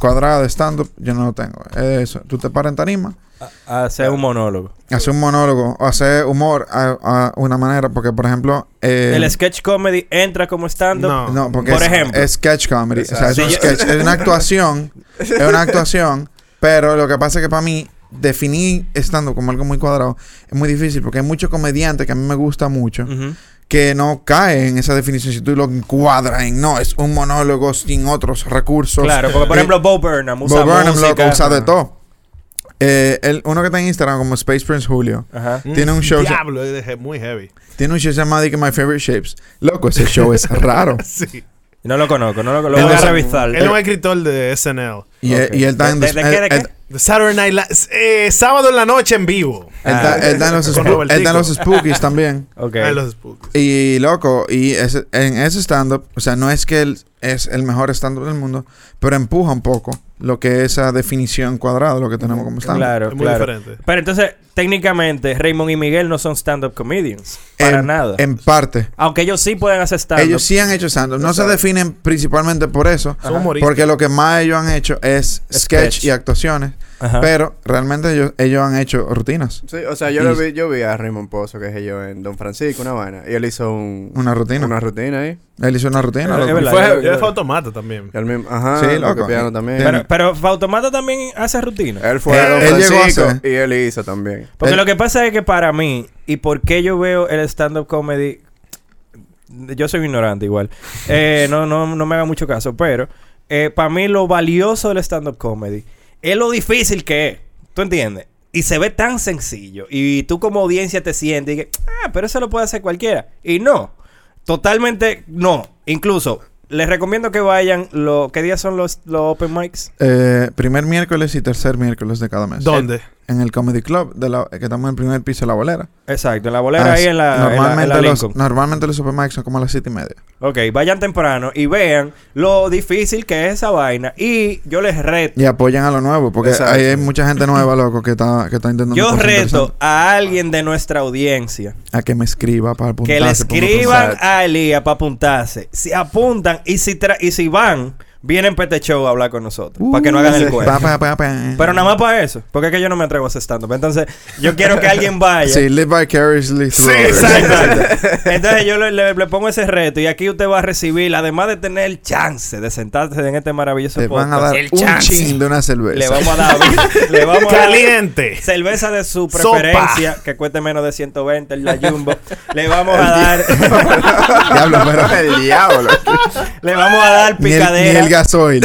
S5: cuadrada de stand-up yo no lo tengo. Es eso. Tú te paras en tarima,
S4: A- Hacer Ah, un monólogo.
S5: haces un monólogo, o haces humor a, a una manera, porque, por ejemplo... eh,
S4: ¿El sketch comedy entra como stand-up?
S3: No.
S5: no, porque
S4: Por
S5: es,
S4: ejemplo.
S5: es sketch comedy. O sea, es
S4: Sí,
S5: un
S4: yo-
S5: sketch. Es una actuación. es una actuación. Pero lo que pasa es que para mí, definir estando como algo muy cuadrado es muy difícil porque hay muchos comediantes que a mí me gusta mucho
S4: Ujú.
S5: que no caen en esa definición si tú lo encuadras en no, es un monólogo sin otros recursos.
S4: Claro, porque por
S5: Eh,
S4: ejemplo Bo Burnham usa
S5: Bo Burnham lo
S4: música.
S5: usa de todo. Eh, él- uno que está en Instagram como Space Prince Julio
S4: Ajá.
S5: tiene un show
S3: Diablo, es de- muy heavy.
S5: tiene un show llamado Dick My Favorite Shapes. Loco, ese show
S4: (laughs)
S5: es raro.
S3: sí.
S4: No lo conozco, no lo, lo voy a
S3: Él-
S4: revisar.
S3: Él es un escritor de SNL.
S5: Y, él- y él está en
S4: ¿De-
S5: los-
S4: de qué, de
S5: él-
S4: qué?
S5: él-
S3: The Saturday Night Live. eh, sábado en la noche en vivo.
S5: él está-
S4: Ah,
S5: él está en los
S3: Con
S5: spo- él está en los
S3: Robertico.
S5: Spookies también.
S4: (laughs)
S3: Ah, los Spookies.
S5: Y loco, y ese- en ese stand-up, o sea, no es que él es el mejor stand-up del mundo, pero empuja un poco lo que es esa definición cuadrada, lo que tenemos como stand-up.
S4: Claro, claro. Pero entonces, técnicamente, Raymond y Miguel no son stand-up comedians. Para
S5: En-
S4: nada.
S5: En parte.
S4: Aunque ellos sí pueden hacer stand-up.
S5: Ellos sí han hecho stand-up. No se definen principalmente por eso,
S4: Son humoristas.
S5: porque lo que más ellos han hecho es sketch,
S4: Sketch.
S5: y actuaciones,
S4: Ajá.
S5: pero realmente ellos, ellos han hecho rutinas.
S6: Sí, o sea, yo,
S5: Y-
S6: lo vi, yo vi a Raymond Pozo, que es yo, en Don Francisco, una vaina. Y él hizo un,
S5: Una rutina.
S6: Una rutina ahí.
S5: Él hizo una rutina.
S3: Ah,
S5: loco.
S3: Fue, yo fue automata también.
S6: El mismo, ajá,
S5: Sí,
S6: sí,
S5: loco.
S6: piano también.
S4: Pero, pero Fautomata también hace rutina.
S5: Er,
S6: él fue a Don
S5: él llegó a
S6: Francisco
S5: hacer-
S6: y él hizo también.
S4: Porque
S5: Él-
S4: lo que pasa es que para mí, y por qué yo veo el stand-up comedy, yo soy
S5: (laughs)
S4: ignorante igual, Eh, no, no, no me haga mucho caso, pero eh, para mí lo valioso del stand-up comedy es lo difícil que es, ¿tú entiendes? Y se ve tan sencillo, y tú como audiencia te sientes y que, ah, pero eso lo puede hacer cualquiera, y no, totalmente no, incluso... Les recomiendo que vayan. Lo, ¿Qué días son los, los open mics?
S5: Eh, primer miércoles y tercer miércoles de cada mes.
S3: ¿Dónde?
S5: En el Comedy Club, de la, que estamos en el primer piso de la bolera.
S4: Exacto, en la bolera
S5: Ah,
S4: ahí en la, en la- en la
S5: normalmente los,
S4: Lincoln.
S5: Normalmente los supermarkets son como a las siete y media.
S4: Ok, vayan temprano y vean lo difícil que es esa vaina. Y yo les reto.
S5: Y apoyan a lo nuevo, porque
S4: Exacto.
S5: ahí hay mucha gente nueva, loco, que está, que está intentando.
S4: Yo
S5: cosas
S4: reto
S5: interesantes.
S4: a alguien de nuestra audiencia
S5: A que me escriba para apuntarse.
S4: que le
S5: para uno
S4: escriban
S5: apuntarse.
S4: a Elías para apuntarse. Si apuntan y si, tra- y si van, vienen Pete Show a hablar con nosotros. para
S5: Uh,
S4: que no hagan el cuento.
S5: Pa, pa, pa, pa.
S4: Pero nada más para eso. Porque es que yo no me atrevo a hacer stand-up. Entonces, yo quiero que alguien
S5: (laughs)
S4: vaya.
S5: Sí, live vicariously through others.
S4: Exacto. Entonces yo le, le- le pongo ese reto y aquí usted va a recibir, además de tener el chance de sentarse en este maravilloso
S5: Te van a
S4: podcast,
S5: dar
S4: el
S5: un
S4: chance.
S5: chin de una cerveza.
S4: Le vamos
S5: (laughs)
S4: a dar, le vamos a dar
S3: Caliente.
S4: cerveza de su
S3: Sopa.
S4: preferencia que cueste menos de 120 el la Jumbo. le vamos a dar, (laughs)
S5: (laughs) Diablo, pero el diablo.
S4: le vamos a
S5: (laughs)
S4: dar
S5: Ni el, ni
S4: picadera,
S5: el gasoil.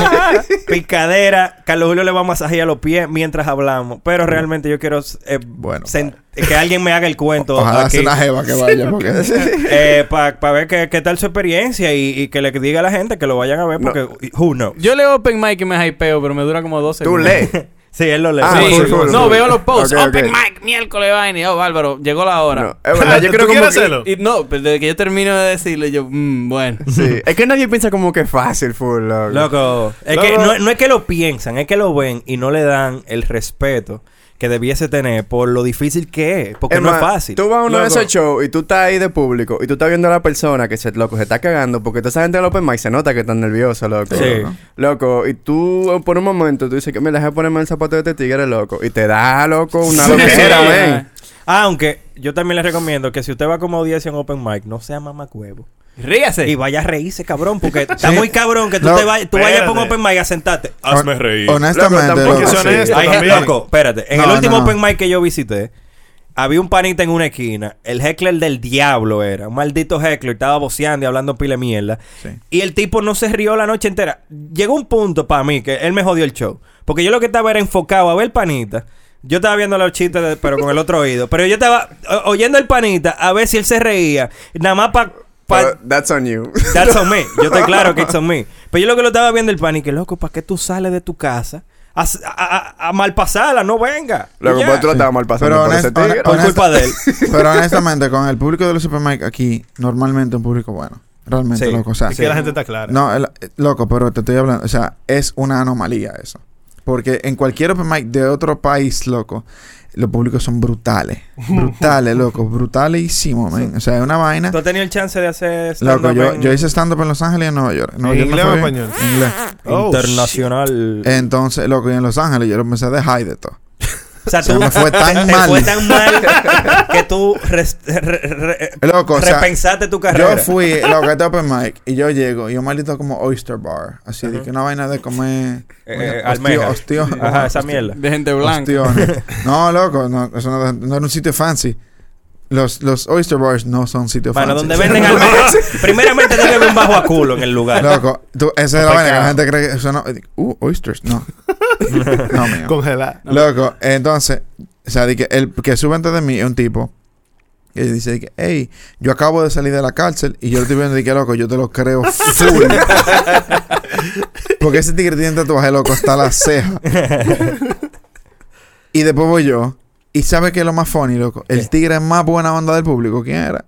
S4: (laughs) picadera. Carlos Julio le va a masajear los pies mientras hablamos, pero realmente yo quiero eh, sen- que alguien me haga el cuento
S5: Ojalá
S4: aquí.
S5: sea una jeva que vaya,
S4: (laughs)
S5: porque.
S4: para Eh, ver qué, qué tal su experiencia y, y que le diga a la gente que lo vayan a ver porque who knows.
S7: Yo leo Open Mic y me hypeo, pero me dura como 12
S6: Tú lees.
S4: Sí, él lo lee.
S6: Ah,
S4: Sí.
S6: full, full,
S7: No,
S6: full.
S7: veo los posts.
S6: Ok, ok.
S7: Open Mic, miércoles, vaina. Y, Oh, Bárbaro, llegó la hora.
S6: No, eh, es verdad, yo
S3: ¿Tú
S6: creo como
S3: quieres
S6: que-
S3: hacerlo?
S7: Y no, pero desde que yo termino de decirle, yo, mm, bueno.
S6: (laughs) Sí. Es que nadie piensa como que es fácil, full, loco.
S4: Loco. Es que no, no es que lo piensan, es que lo ven y no le dan el respeto que debiese tener por lo difícil que es. Porque
S6: Es
S4: no es
S6: más,
S4: fácil.
S6: Tú vas a uno de
S4: Loco.
S6: esos shows y tú estás ahí de público y tú estás viendo a la persona que se, loco, se está cagando porque toda esa gente del open mic se nota que están nerviosos, loco.
S4: Sí.
S6: Loco, y tú eh, por un momento tú dices que me deja ponerme el zapato de este tigre, loco. Y te da, loco, una
S4: Sí.
S6: loquera, ven.
S4: Ah, Aunque yo también les recomiendo que si usted va como audiencia en Open Mic, no sea mamacuevo.
S7: Ríase.
S4: Y vaya a reírse, cabrón, porque está muy cabrón que tú,
S5: No.
S4: te vayas, tú vayas por un
S3: Espérate.
S4: Open Mic a sentarte.
S5: Hazme
S4: reír.
S5: Honestamente,
S6: Loco, tampoco
S5: loco,
S6: son
S5: sí.
S3: honestos.
S4: Hay gente-
S3: también.
S4: loco, espérate. En
S5: No,
S4: el
S5: no,
S4: último
S5: no.
S4: open mic que yo visité, había un panita en una esquina. El heckler del diablo era. Un maldito heckler. Estaba voceando y hablando pile mierda.
S5: Sí.
S4: Y el tipo no se rió la noche entera. Llegó un punto para mí que él me jodió el show. Porque yo lo que estaba era enfocado a ver el panita. Yo estaba viendo los chistes, de- pero con el otro oído. Pero yo estaba o- oyendo el panita a ver si él se reía. Nada más para...
S6: Pero that's on you.
S4: That's on me. Yo estoy claro que it's on me. Pero yo lo que lo estaba viendo el pan y que, loco, ¿para qué tú sales de tu casa a, a, a- a malpasarla? No venga.
S6: Loco,
S4: Y ya.
S6: pues tú lo estabas mal pasando
S5: Pero
S6: por ese
S5: honest-
S6: tigre.
S5: honest-
S4: Por
S5: (laughs)
S4: culpa de él.
S5: Pero honestamente, con el público de los supermarkets aquí, normalmente un público bueno. Realmente,
S4: Sí.
S5: loco. O sea,
S3: Es que la gente está clara.
S5: No, el- eh, loco, pero te estoy hablando. O sea, es una anomalía eso. Porque en cualquier open mic de otro país, loco, los públicos son brutales. Brutales, loco. Brutalísimo, man. O sea, es una vaina.
S4: ¿Tú has tenido el chance de hacer
S5: Loco,
S4: stand-up
S5: yo,
S4: en-
S5: yo hice stand-up en Los Ángeles y en Nueva York. Nueva
S3: ¿En
S5: York me
S3: inglés
S5: fue
S3: o
S5: bien.
S3: español?
S5: Inglés.
S3: Oh,
S4: internacional?
S5: Oh, Eh, Entonces, loco, y en Los Ángeles yo lo empecé a dejar y de todo.
S4: O sea,
S5: O sea,
S4: tú
S5: me fue tan
S4: (laughs) te- te
S5: mal.
S4: fue
S5: (laughs)
S4: tan mal que tú res- re- re-
S5: Eh, Loco, o sea,
S4: repensaste tu carrera.
S5: Yo fui, loco, este open mic, y yo llego, y un maldito como oyster bar. Así de que una vaina de comer...
S4: Eh, eh,
S5: hostio-
S4: almejas.
S5: hostio-
S4: (laughs) Ajá, esa
S5: hostio-
S4: mierda.
S7: De gente blanca.
S5: ostiones.
S4: (laughs)
S5: No, loco, no, eso no, no era un sitio fancy. Los, los oyster bars no son sitios
S4: Bueno,
S5: fancy. (laughs)
S4: donde venden almejas. Primeramente debe haber un bajo a culo en el lugar.
S5: Loco, tú, esa es la
S4: Un
S5: vaina que la
S4: pecado.
S5: gente cree que eso no... y digo, Uh, oysters, no.
S4: (laughs)
S5: no, mío.
S3: Congelar.
S5: Loco, entonces, o sea, de que el que sube antes de mí es un tipo que dice de que, hey, yo acabo de salir de la cárcel y yo lo estoy viendo de que loco, yo te lo creo
S4: (laughs)
S5: full. Porque ese tigre tiene tatuaje loco hasta la ceja. y después voy yo. Y sabe que es lo más funny, loco. El tigre más buena onda del público, ¿quién era?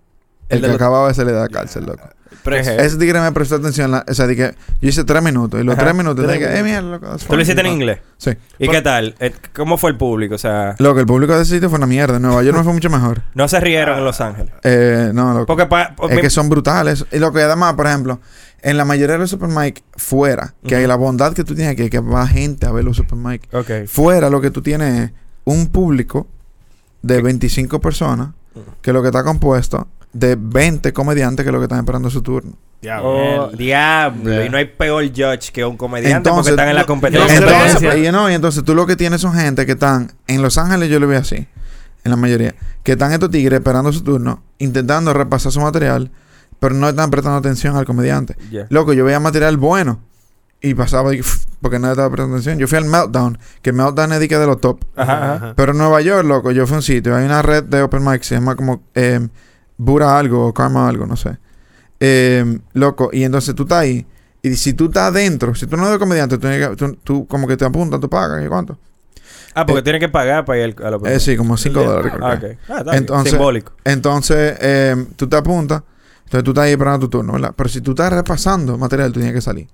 S5: El,
S4: El
S5: que
S4: de los-
S5: acababa de salir de la cárcel, loco.
S4: preso.
S5: Ese tigre me prestó atención. la- o sea, de que yo hice tres minutos. Y los
S4: Ajá.
S5: tres minutos, de
S4: Tres
S5: que, eh,
S4: minutos.
S5: mierda, loco. that's
S4: ¿Tú lo
S5: funny,
S4: hiciste en
S5: loco.
S4: inglés?
S5: Sí.
S4: ¿Y qué tal? Eh, ¿Cómo fue el público? O sea,
S5: Loco, el público de ese sitio fue una mierda. En Nueva York me fue mucho mejor.
S4: no se rieron en Los Ángeles.
S5: Eh, no, loco.
S4: Ah, Porque pa- pa-
S5: es que son brutales. Y lo que además, por ejemplo, en la mayoría de los super mic fuera, que
S4: Ujú.
S5: la bondad que tú tienes aquí es que va gente a ver los super mic.
S4: Ok.
S5: Fuera lo que tú tienes es un público de 25 personas que lo que está compuesto de 20 comediantes que lo que están esperando su turno.
S4: Diablo. Oh, diablo. Y no hay peor judge que un comediante porque
S5: Entonces,
S4: están en la
S5: no-
S4: competencia.
S5: Entonces, y, no, y entonces tú lo que tienes son gente que están en Los Ángeles, yo lo veo así, en la mayoría, que están estos tigres esperando su turno, intentando repasar su material, pero no están prestando atención al comediante.
S4: (laughs) Yeah.
S5: Loco, yo veía material bueno y pasaba y, porque nadie estaba prestando atención. Yo fui al Meltdown, que Meltdown es de que de los top.
S4: Ajá, ajá.
S5: Pero en Nueva York, loco, yo fui a un sitio, hay una red de open mic, se llama como eh, Bura algo o Karma algo, no sé. Eh, loco, y entonces tú estás ahí. Y si tú estás adentro, si tú no eres comediante, tú, tienes que- tú- tú como que te apuntas, tú pagas, ¿y cuánto?
S4: Ah, porque tienen que pagar para ir al- a la
S5: Eh, sí, como 5 dólares. creo
S4: Ah,
S5: que.
S4: ok. Ah, está bien.
S5: entonces,
S4: Simbólico.
S5: Entonces, eh, tú te apuntas, entonces tú estás ahí esperando tu turno, ¿verdad? Pero si tú estás repasando material, tú tienes que salir.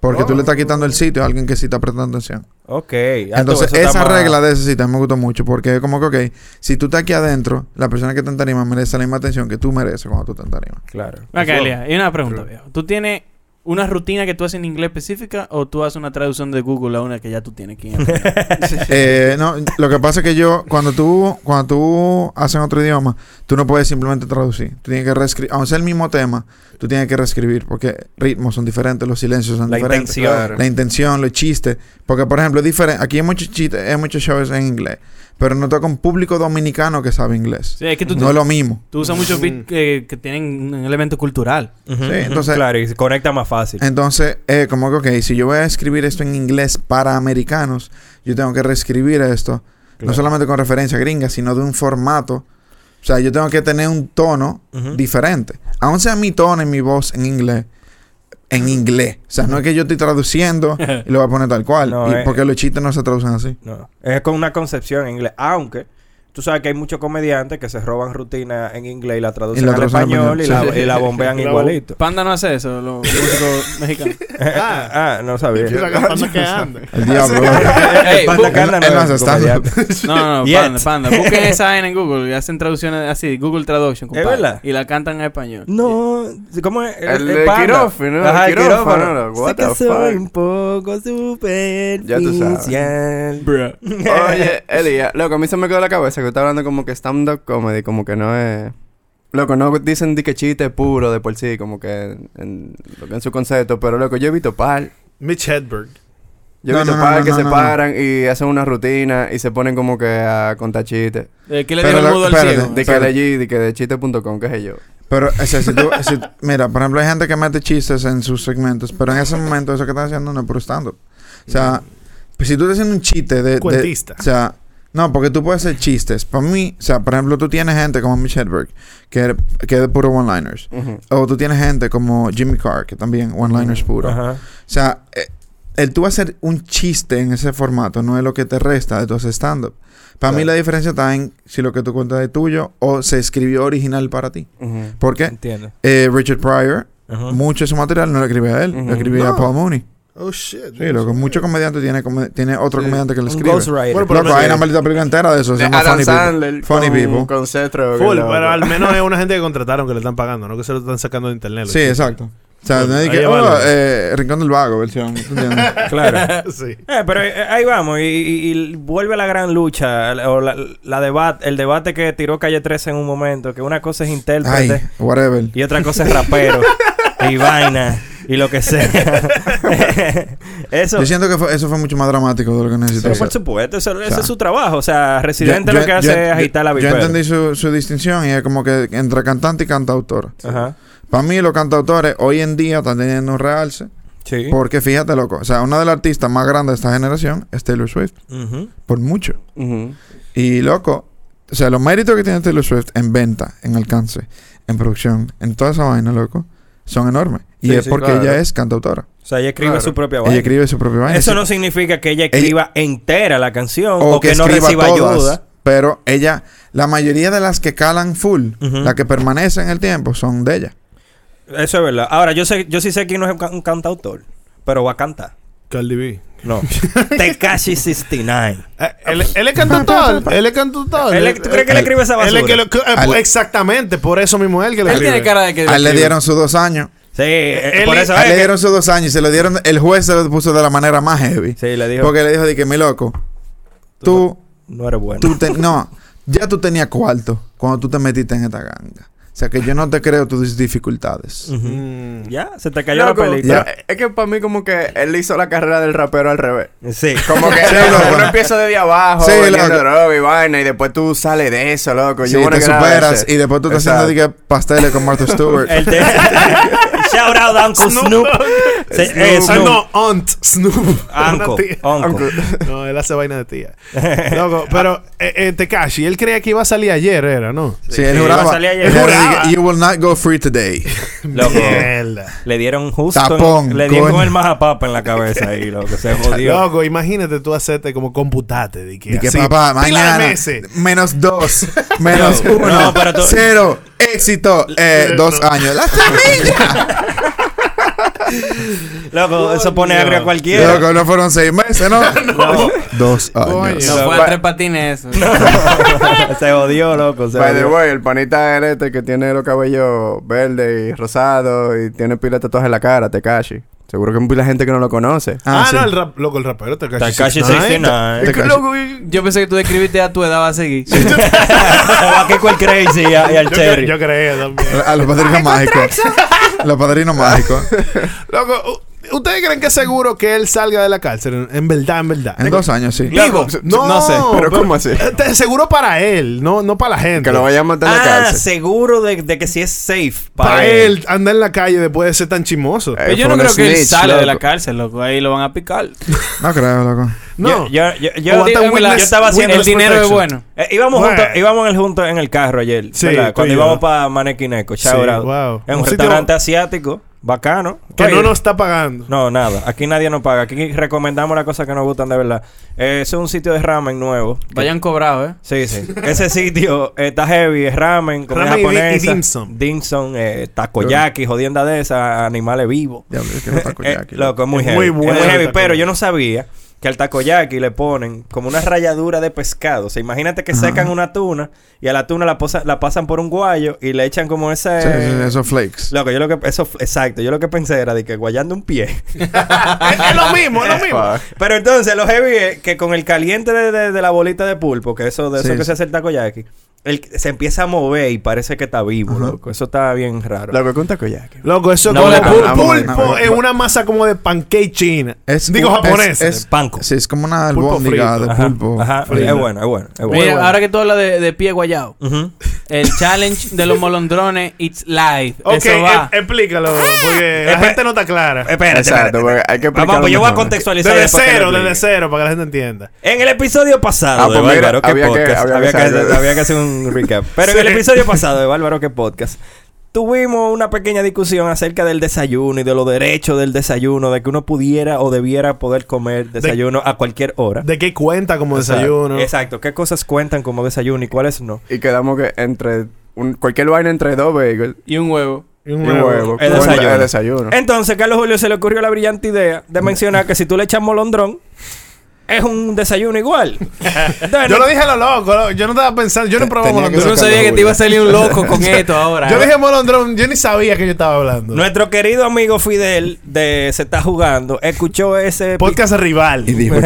S5: Porque
S4: Oh.
S5: tú le estás quitando el sitio a alguien que sí está prestando atención.
S4: Ok. Ah,
S5: Entonces,
S4: tú, eso está
S5: esa
S4: más-
S5: regla de ese sitio me gustó mucho porque es como que, ok, si tú estás aquí adentro, la persona que está en tarima merece la misma atención que tú mereces cuando tú estás en tarima.
S4: Claro.
S7: Acá, Elia, hay una pregunta, viejo. ¿Tú tienes una rutina que tú haces en inglés específica o tú haces una traducción de Google a una que ya tú tienes aquí en
S6: (laughs)
S5: Eh, no, lo que pasa es que yo, cuando tú, cuando tú haces en otro idioma, tú no puedes simplemente traducir. Tú tienes que reescribir, aunque sea el mismo tema, tú tienes que reescribir porque ritmos son diferentes, los silencios son
S4: La
S5: diferentes.
S4: intención. Claro.
S5: La intención, los chistes. Porque, por ejemplo, es diferente. Aquí hay muchos chistes, hay muchos shows en inglés, pero no toca un público dominicano que sabe inglés.
S7: Sí, es que tú-
S5: no es lo mismo.
S7: Tú usas
S6: Mm.
S7: muchos beats que, que tienen un elemento cultural.
S4: Ujú,
S5: Sí,
S4: ujú,
S5: entonces-
S4: (laughs) Claro, y se conecta más fácil.
S5: Entonces, eh, como que, ok, si yo voy a escribir esto en inglés para americanos, yo tengo que reescribir esto, no
S4: Claro.
S5: solamente con referencia gringa, sino de un formato. O sea, yo tengo que tener un tono
S4: Ujú.
S5: diferente. Aún sea mi tono y mi voz en inglés, en inglés. O sea, no es que yo estoy traduciendo y lo voy a poner tal cual.
S4: (laughs) No,
S5: y
S4: eh.
S5: porque los chistes no se traducen así.
S4: No. Es con una concepción en inglés. Aunque tú sabes que hay muchos comediantes que se roban rutina en inglés y la traducen
S5: Y la
S4: al
S5: traducen al
S4: español y la,
S5: español.
S4: y la bombean
S7: La bo-
S4: igualito.
S7: Panda no hace eso,
S6: (laughs)
S7: los músicos mexicanos.
S4: ah, no sabía. (laughs)
S5: El diablo.
S7: Ey,
S4: Panda
S7: bu-
S4: Carla no
S5: él no
S4: es
S5: hace stand-up.
S3: (laughs)
S4: comediante.
S7: No, no, no,
S4: Yet.
S7: panda, panda. Busquen esa vaina en Google y hacen traducciones así, Google Traduction. compadre.
S4: verdad?
S7: Y la cantan en español.
S4: No, ¿cómo es?
S6: El de
S4: panda.
S6: quirófano, el
S4: Ajá, el
S6: quirófano,
S4: quirófano.
S6: what
S4: Sé que
S6: the
S4: soy
S6: fuck.
S4: un poco
S6: Ya tú sabes.
S4: superficial.
S7: Bruh.
S5: (laughs)
S6: Oye, Elia, loco, a mí se me quedó la cabeza que tú estás hablando como que stand-up comedy, como que no es... Loco, no dicen di que chiste puro de por sí, como que en, en- lo que en su concepto, pero loco, yo he visto par
S3: Mitch Hedberg.
S6: Yo he
S5: No,
S6: visto
S5: no, no,
S6: par
S5: no,
S6: que
S5: no,
S6: se
S5: no, no.
S6: paran y hacen una rutina y se ponen como que a contar chistes.
S7: Eh, ¿Qué le
S5: Pero
S7: dijo el
S5: lo-
S7: mudo al
S5: espérate,
S7: ciego?
S6: De que
S5: Pero-
S6: leí, de que de chiste.com, qué sé yo.
S5: Pero, o sea, si tú, (laughs) si- mira, por ejemplo, hay gente que mete chistes en sus segmentos, pero en ese momento eso que están haciendo no es puro stand-up. O sea, pues, si tú estás haciendo un chiste de... de-
S3: Cuentista.
S5: o sea, no, porque tú puedes hacer chistes. Para mí, o sea, por ejemplo, tú tienes gente como Mitch Hedberg, que, que es de puro one-liners.
S6: Ujú.
S5: O tú tienes gente como Jimmy Carr, que también one-liners puro.
S4: Ajá.
S5: O sea, eh, el tú hacer un chiste en ese formato no es lo que te resta de tu hacer stand-up. Para mí la diferencia está en si lo que tú cuentas es tuyo o se escribió original para ti.
S6: Ujú.
S5: Porque
S4: Entiendo.
S5: eh, Richard Pryor,
S4: Ajá.
S5: mucho de su material no lo escribía a él,
S6: Ujú.
S5: lo escribía a
S3: No.
S5: Paul Mooney.
S13: Oh shit.
S5: Sí, loco, muchos comediantes tiene, come- tiene otro comediante que lo
S4: Un
S5: escribe. Bueno,
S4: ghostwriter. Bueno,
S5: pero
S4: pero
S5: loco,
S13: no
S5: hay
S13: sé.
S5: una maldita película entera de eso, se
S6: De
S5: llama
S6: Adam
S5: Funny
S6: Sandler
S5: People. Funny
S6: con-
S5: People.
S6: Con Seth Rogen,
S3: Full,
S6: loco.
S3: pero al menos es una gente que contrataron que le están pagando, no que se lo están sacando de internet.
S5: Sí, exacto. O sea, no hay que,
S4: Oye,
S5: oh,
S4: vale.
S5: eh, Rincón del Vago, versión. ¿tú entiendes?
S6: (laughs)
S4: Claro. Eh, pero eh, ahí vamos. Y, y- y vuelve la gran lucha. la- O la, la debate, el debate que tiró Calle 13 en un momento. Que una cosa es intérprete.
S5: Ay, whatever.
S4: Y otra cosa es
S6: (laughs)
S4: rapero. y vaina. Y lo que sea. (laughs) eso.
S5: Yo siento que fue- eso fue mucho más dramático de lo que necesitaba.
S4: Pero por supuesto, eso,
S5: sea,
S4: ese es su trabajo. O sea, Residente
S5: Yo-
S4: lo que
S5: yo-
S4: hace
S5: yo-
S4: es agitar la
S5: Yo
S4: vipera.
S5: entendí su, su distinción y es como que entre cantante y cantautor.
S4: Ajá.
S5: Para mí, los cantautores hoy en día están teniendo un realce.
S4: Sí.
S5: Porque fíjate, loco. O sea, una de las artistas más grandes de esta generación es Taylor Swift.
S4: Ujú.
S5: Por mucho. Y loco, o sea, los méritos que tiene Taylor Swift en venta, en alcance, en producción, en toda esa vaina, loco, son enormes. Y
S4: Sí,
S5: es
S4: sí,
S5: porque
S4: claro.
S5: ella es cantautora.
S4: O sea, ella escribe
S5: Claro.
S4: su propia
S5: Ella
S4: vaina.
S5: escribe su propia vaina.
S4: Eso
S5: Sí.
S4: no significa que ella escriba entera la canción
S5: o,
S4: o, que, no
S5: escriba
S4: reciba
S5: todas,
S4: ayuda.
S5: Pero ella, la mayoría de las que calan full, las que permanecen el tiempo, son de ella.
S4: Eso es verdad. Ahora, yo sé, yo sí sé que no es un, ca- un cantautor, pero va
S5: (laughs)
S4: a cantar. Cardi B. No. Tekashi 69.
S3: Eh, Él, él es cantautor. él es cantautor.
S4: Él es- ¿tú crees que él escribe esa
S3: Él es que lo-
S4: basura?
S3: eh,
S4: Al-
S3: exactamente, por eso mismo él que le escribe.
S5: A él le dieron sus dos años.
S4: Sí, eh,
S3: él- por eso
S5: A él
S3: es
S5: le
S3: que-
S5: dieron sus dos años y se lo dieron. El juez se lo puso de la manera más heavy.
S4: Sí, le dijo.
S5: Porque le dijo de que, mi loco, tú.
S4: No eres bueno.
S5: tú te- no, ya tú tenías cuarto cuando tú te metiste en esta ganga. O sea que yo no te creo tus dificultades.
S4: Ya, se te cayó
S6: Loco,
S4: la película.
S6: pero Es que para mí como que él hizo la carrera del rapero al revés.
S4: Sí.
S6: Como que
S5: Sí,
S6: loco,
S5: loco.
S6: uno empieza desde abajo,
S5: Sí,
S6: vendiendo
S5: loco.
S6: droga y vaina, y después tú sales de eso, loco.
S5: Sí,
S6: Yo wanna
S5: te
S6: get out of
S5: superas
S6: this.
S5: y después tú estás
S6: Exacto.
S5: haciendo de que pasteles con Martha Stewart.
S4: (laughs)
S5: (laughs)
S4: El te- Shout out a Uncle Snoop. Se- eh,
S3: Ah,
S4: Snoop.
S3: no, Aunt (laughs) Snoop.
S5: Ah,
S4: Uncle,
S3: Una tía.
S4: uncle.
S3: No, él hace vaina de (laughs) tía. Loco, pero eh, eh, Tekashi, él creía que iba a salir ayer, era, ¿no?
S5: Sí, él
S4: Sí, iba a
S5: juraba.
S4: salir ayer.
S5: él juraba de
S4: Juraba.
S5: que, You will not go free today.
S4: Loco.
S3: Mierda.
S4: Le dieron justo.
S5: Tapón,
S4: le dieron
S5: coño.
S4: con el majapapa en la cabeza ahí, loco. Se jodió.
S3: Loco, imagínate tú hacerte como computate. De que,
S5: Y que
S3: así,
S5: papá,
S3: pila de
S5: mañana
S3: meses.
S5: menos dos, menos
S4: No,
S5: uno,
S4: no, pero tú-
S5: cero, éxito, eh, dos años. ¡La semilla!
S4: Loco, eso pone agrio a cualquiera.
S5: Loco, no fueron seis meses, ¿no? Dos años.
S10: No fue a tres patines. eso.
S4: se jodió, loco. Se
S6: By the
S4: jodió.
S6: way, el panita era este que tiene los cabellos verdes y rosados y tiene pila de tatuajes en la cara, Tekashi. Seguro que hay pila de gente que no lo conoce.
S5: Ah,
S3: Ah,
S5: sí.
S3: no, el rap, loco, el rapero Tekashi.
S4: Takashi 69.
S6: Es que, loco, y-
S10: Yo pensé que tú describiste a tu edad va a seguir.
S4: (laughs) Va que cual crazy y a- y al
S3: Yo, cre-
S4: cherry.
S3: yo creía también.
S5: A los padrinos mágicos. Los padrinos mágicos.
S3: Loco, u- ¿ustedes creen que es seguro que él salga de la cárcel? En, en verdad, en verdad.
S5: En dos años, sí.
S10: Vivo.
S3: No,
S6: no sé, pero ¿cómo así?
S3: Eh, te- Seguro para él, no, no para la gente.
S6: Que lo vayan a matar en la
S4: Ah,
S6: cárcel.
S4: seguro de, de que si es safe para,
S3: Para él, Eh, andar en la calle después de ser tan chimoso.
S6: Eh,
S7: yo
S6: fue
S7: no
S6: un
S7: creo que él
S6: snitch,
S7: sale de la
S6: loco.
S7: cárcel, loco. Ahí lo van a picar.
S5: No creo, loco.
S3: no.
S4: Yo, yo, yo,
S3: O
S4: yo,
S3: hasta
S4: dígame la-
S3: witness-
S4: yo estaba haciendo
S10: El
S3: Los
S10: dinero es bueno.
S3: protection.
S4: Eh, íbamos
S3: Bueno.
S4: juntos, íbamos en el, juntos en el carro ayer,
S3: Sí,
S4: ¿verdad?
S3: tú
S4: Cuando
S3: y yo.
S4: íbamos para Manequineco, shout
S3: Sí,
S4: out.
S3: wow.
S4: En un,
S3: Un sitio-
S4: restaurante asiático, bacano.
S3: que
S4: Oye,
S3: no nos está pagando.
S4: No, nada. Aquí nadie nos paga. Aquí recomendamos las cosas que nos gustan de verdad. Eh, ese es un sitio de ramen nuevo.
S10: Vayan cobrados, ¿eh?
S3: (laughs)
S4: Sí, sí. Ese sitio eh, está heavy, es ramen, comida
S3: Ramen y di- y
S4: japonesa.
S3: dim sum.
S4: Dim sum, eh, takoyaki, jodienda de esas, animales vivos. (laughs)
S5: Diablo, es que no está
S4: Eh,
S5: coyaki,
S4: loco, es muy
S3: Es
S4: heavy.
S3: muy
S4: Es
S3: bueno
S4: muy
S3: el
S4: heavy,
S3: takoyaki.
S4: pero yo no sabía que al takoyaki le ponen como una ralladura de pescado. O sea, imagínate que secan una tuna y a la tuna la, posa- la pasan por un guayo y le echan como ese...
S5: Sí, sí, sí, esos flakes.
S4: Loco, yo lo que... Eso, exacto. Yo lo que pensé era de que guayando un pie.
S3: es, (laughs) es lo mismo, es lo mismo.
S4: Pero entonces, lo heavy es que con el caliente de, de- de la bolita de pulpo, que eso de eso
S5: Sí,
S4: que
S5: sí.
S4: se hace el takoyaki, el- se empieza a mover y parece que está vivo, loco. Eso está bien raro.
S6: Loco, con takoyaki.
S3: Loco, eso es
S4: No,
S3: como
S4: no,
S3: pul-
S5: no, no,
S3: pulpo
S5: no, no.
S3: en una masa como de pancake china.
S5: Es
S3: Digo
S5: un-
S3: japonés.
S5: es- es-
S4: Panco.
S5: Sí, es como una
S3: Pulpo
S5: albóndiga
S3: frito.
S5: de
S4: Ajá,
S5: pulpo.
S4: Ajá.
S5: frito.
S4: Es bueno, es bueno. Es bueno.
S10: Mira, ahora que tú hablas de, de pie guayado,
S4: Ujú.
S10: el challenge de los molondrones, it's live.
S3: ok,
S10: Eso va.
S3: e- explícate, loco,
S4: (laughs)
S3: porque la
S4: Espe-
S3: gente no está clara.
S4: Espérate,
S6: Exacto,
S4: espérate.
S6: porque hay que
S4: Vamos, pues yo voy a
S6: explicarlo mejor.
S4: contextualizar.
S3: Desde
S4: después que
S3: cero,
S4: lo
S3: desde
S4: explique.
S3: cero, para que la gente entienda.
S4: En el episodio pasado
S6: Ah,
S4: de
S6: pues mira,
S4: Bárbaro, qué
S6: había que-
S4: podcast.
S6: había que
S4: había, que
S6: hacer-
S4: hacer, había que hacer un recap. Pero en el episodio pasado
S6: (laughs)
S4: de Bárbaro, qué podcast. Tuvimos una pequeña discusión acerca del desayuno y de los derechos del desayuno, de que uno pudiera o debiera poder comer desayuno a cualquier hora.
S3: ¿De qué cuenta como desayuno?
S4: Exacto. ¿Qué cosas cuentan como desayuno y cuáles no?
S6: Y quedamos que entre... un- cualquier vaina entre dos bagels
S10: Y un huevo.
S3: Y un
S6: y un
S3: huevo.
S6: huevo.
S4: Es
S6: cuenta-
S4: desayuno.
S6: es desayuno.
S3: Eh,
S4: Entonces, Carlos Julio se le ocurrió la brillante idea de mencionar que si tú le echas molondrón, es un desayuno
S6: (laughs)
S4: igual.
S3: Yo lo dije a lo loco, lo- yo no estaba pensando, yo no probaba
S4: tenía que
S3: molondrón.
S4: Yo no sabía sacarlo, que te iba a salir un Julio.
S3: (laughs)
S4: loco con esto ahora.
S3: Yo dije molondrón, yo ni sabía que yo estaba hablando.
S4: Nuestro querido amigo Fidel de Se está jugando escuchó ese
S3: podcast rival y (laughs)
S4: dijo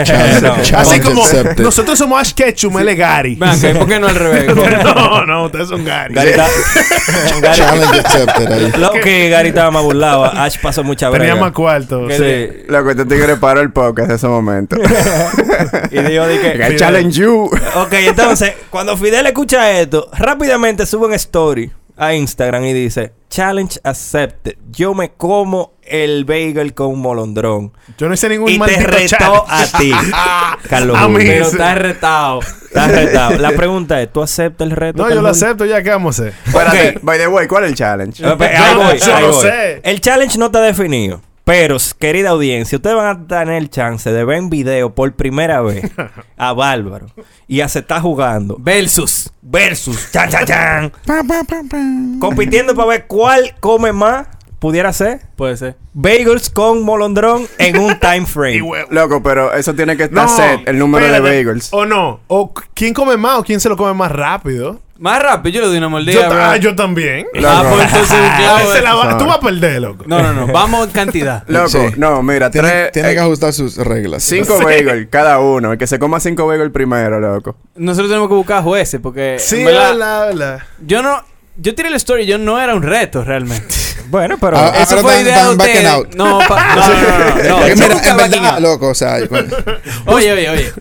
S3: Así como nosotros somos Ash Ketchum, él es Gary.
S4: Ah, ¿Por
S3: (laughs)
S4: qué no al revés?
S3: no, no, ustedes son Gary.
S4: Gary está- Gary-
S5: Challenge accepted ahí.
S4: Lo que Gary estaba más burlado. Ash pasó mucha brega.
S6: Tenía más
S3: cuarto.
S4: Sí.
S6: Loco, este tigre paró el podcast en ese momento.
S4: (laughs) Y digo, di que-
S6: I challenge you.
S4: Ok, entonces, cuando Fidel escucha esto, rápidamente sube un story a Instagram y dice: Challenge accepted. Yo me como el bagel con molondrón.
S3: Yo no hice ningún
S4: Y te
S3: maldito
S4: retó
S3: challenge.
S4: a ti,
S3: (laughs)
S4: Carlos.
S3: A mí
S4: Julio.
S3: sí.
S4: estás retado. Estás retado. La pregunta es: ¿tú aceptas el reto?
S3: No, yo lo
S4: Carlos?
S3: acepto, ya que vamos a hacer.
S6: Espérate, by the way, ¿cuál es el challenge?
S4: Eh, pe- ahí voy,
S3: yo
S4: ahí
S3: lo
S4: voy.
S3: sé.
S4: El challenge no está definido. Pero, s- querida audiencia, ustedes van a tener el chance de ver en video por
S3: (laughs)
S4: primera vez a Bárbaro y a Se está jugando. Versus. Versus. Chan, chan,
S3: (laughs)
S4: chan. Compitiendo para ver cuál come más. Pudiera ser.
S7: (laughs) Puede ser.
S4: Bagels con molondrón en un time
S3: (laughs)
S4: frame.
S6: Loco, pero eso tiene que estar
S3: No,
S6: set, el número de
S3: espérate.
S6: bagels.
S3: O no, o c- quién come más o quién se lo come más rápido.
S7: Más rápido, yo le doy una
S3: yo,
S7: mordida,
S3: ta-
S7: bro.
S3: ah, yo también.
S7: Ah,
S3: (laughs)
S7: pues entonces un clavo
S3: Ese
S7: de-
S3: la va- tú vas a perder, loco.
S7: No, no, no. Vamos en cantidad.
S6: Loco,
S5: Sí.
S6: no, mira,
S5: Tiene,
S6: tres,
S5: tiene
S6: eh,
S5: que ajustar sus reglas.
S6: cinco
S5: (laughs)
S6: bagels cada uno. El que se coma cinco bagels primero, loco.
S7: Nosotros tenemos que buscar jueces porque...
S3: Sí,
S7: en verdad,
S3: la, la.
S7: Yo no... Yo tiré la story, yo no era un reto realmente.
S4: Bueno, pero.
S5: Ah,
S7: Eso
S5: ahora
S7: fue
S5: están-
S7: idea de
S5: están backing
S7: ustedes.
S5: out.
S7: No, pa-
S5: (laughs)
S4: Ah,
S7: no, no, no, no, no.
S5: Que
S7: Yo
S5: mira,
S7: nunca
S5: en
S7: backing
S5: verdad,
S7: out.
S5: loco, o sea, yo-
S7: Oye, oye, oye.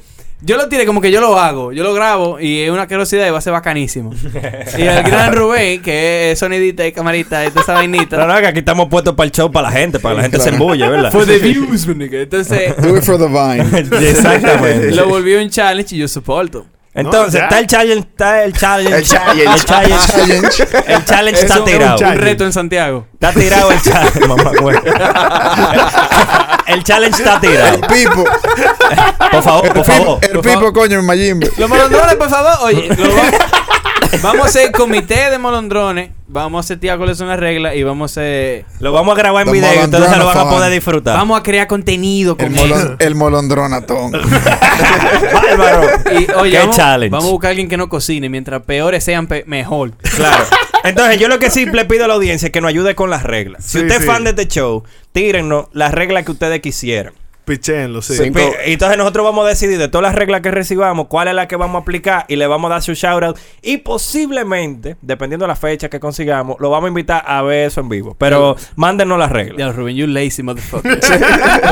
S7: Yo lo tiré como que yo lo hago, yo lo grabo y es una curiosidad y va a ser bacanísimo. Y el gran Rubén, que es sonidita y camarita y toda esa
S4: No,
S7: vainita.
S4: no, que aquí estamos puestos para el show, para la gente, para que la gente se embulle, ¿verdad?
S7: For (laughs) the views, my nigga. Entonces,
S5: do it for the
S4: (laughs)
S5: vine.
S4: Exactamente.
S7: (laughs) lo volvió un challenge y yo soporto.
S4: Entonces,
S3: No, ya.
S4: está el challenge, está el challenge.
S6: El challenge.
S4: El challenge, el challenge
S7: Es
S4: está
S7: un-
S4: tirado.
S7: es Un reto en Santiago.
S4: Está tirado el challenge, (laughs) mamá, güey. El challenge está tirado. (laughs)
S5: El pipo.
S4: Por favor, por favor.
S5: El pipo, coño, en Mayimbe.
S7: Los molondrones, por favor. Oye, lo vamos, vamos a hacer comité de molondrones. Vamos a hacer tía cuáles son las reglas y vamos a hacer-
S4: Lo vamos a grabar en
S5: The
S4: video y ustedes se lo van a
S5: Molondronathon.
S4: poder disfrutar.
S7: Vamos a crear contenido
S5: El,
S7: con eso.
S5: molon, el
S4: (laughs)
S5: molondronatón.
S4: Bárbaro. (laughs)
S7: Y, oye,
S4: Qué
S7: vamos,
S4: challenge.
S7: vamos a buscar a alguien que no cocine. Mientras peores sean, pe-
S4: (laughs)
S7: mejor.
S4: Claro. Entonces, yo lo que sí le pido a la audiencia es que nos ayude con las reglas.
S3: Sí,
S4: si usted es
S3: sí.
S4: fan de este show, tírennos las reglas que ustedes quisieran.
S3: Pichéenlo, sí.
S6: Sí.
S4: Pe- Entonces nosotros vamos a decidir de todas las reglas que recibamos cuál es la que vamos a aplicar y le vamos a dar su shout out y posiblemente, dependiendo de la fecha que consigamos, lo vamos a invitar a ver eso en vivo. Pero mándenos las reglas.
S7: Ya, Rubén, you lazy
S4: (laughs)
S7: motherfucker.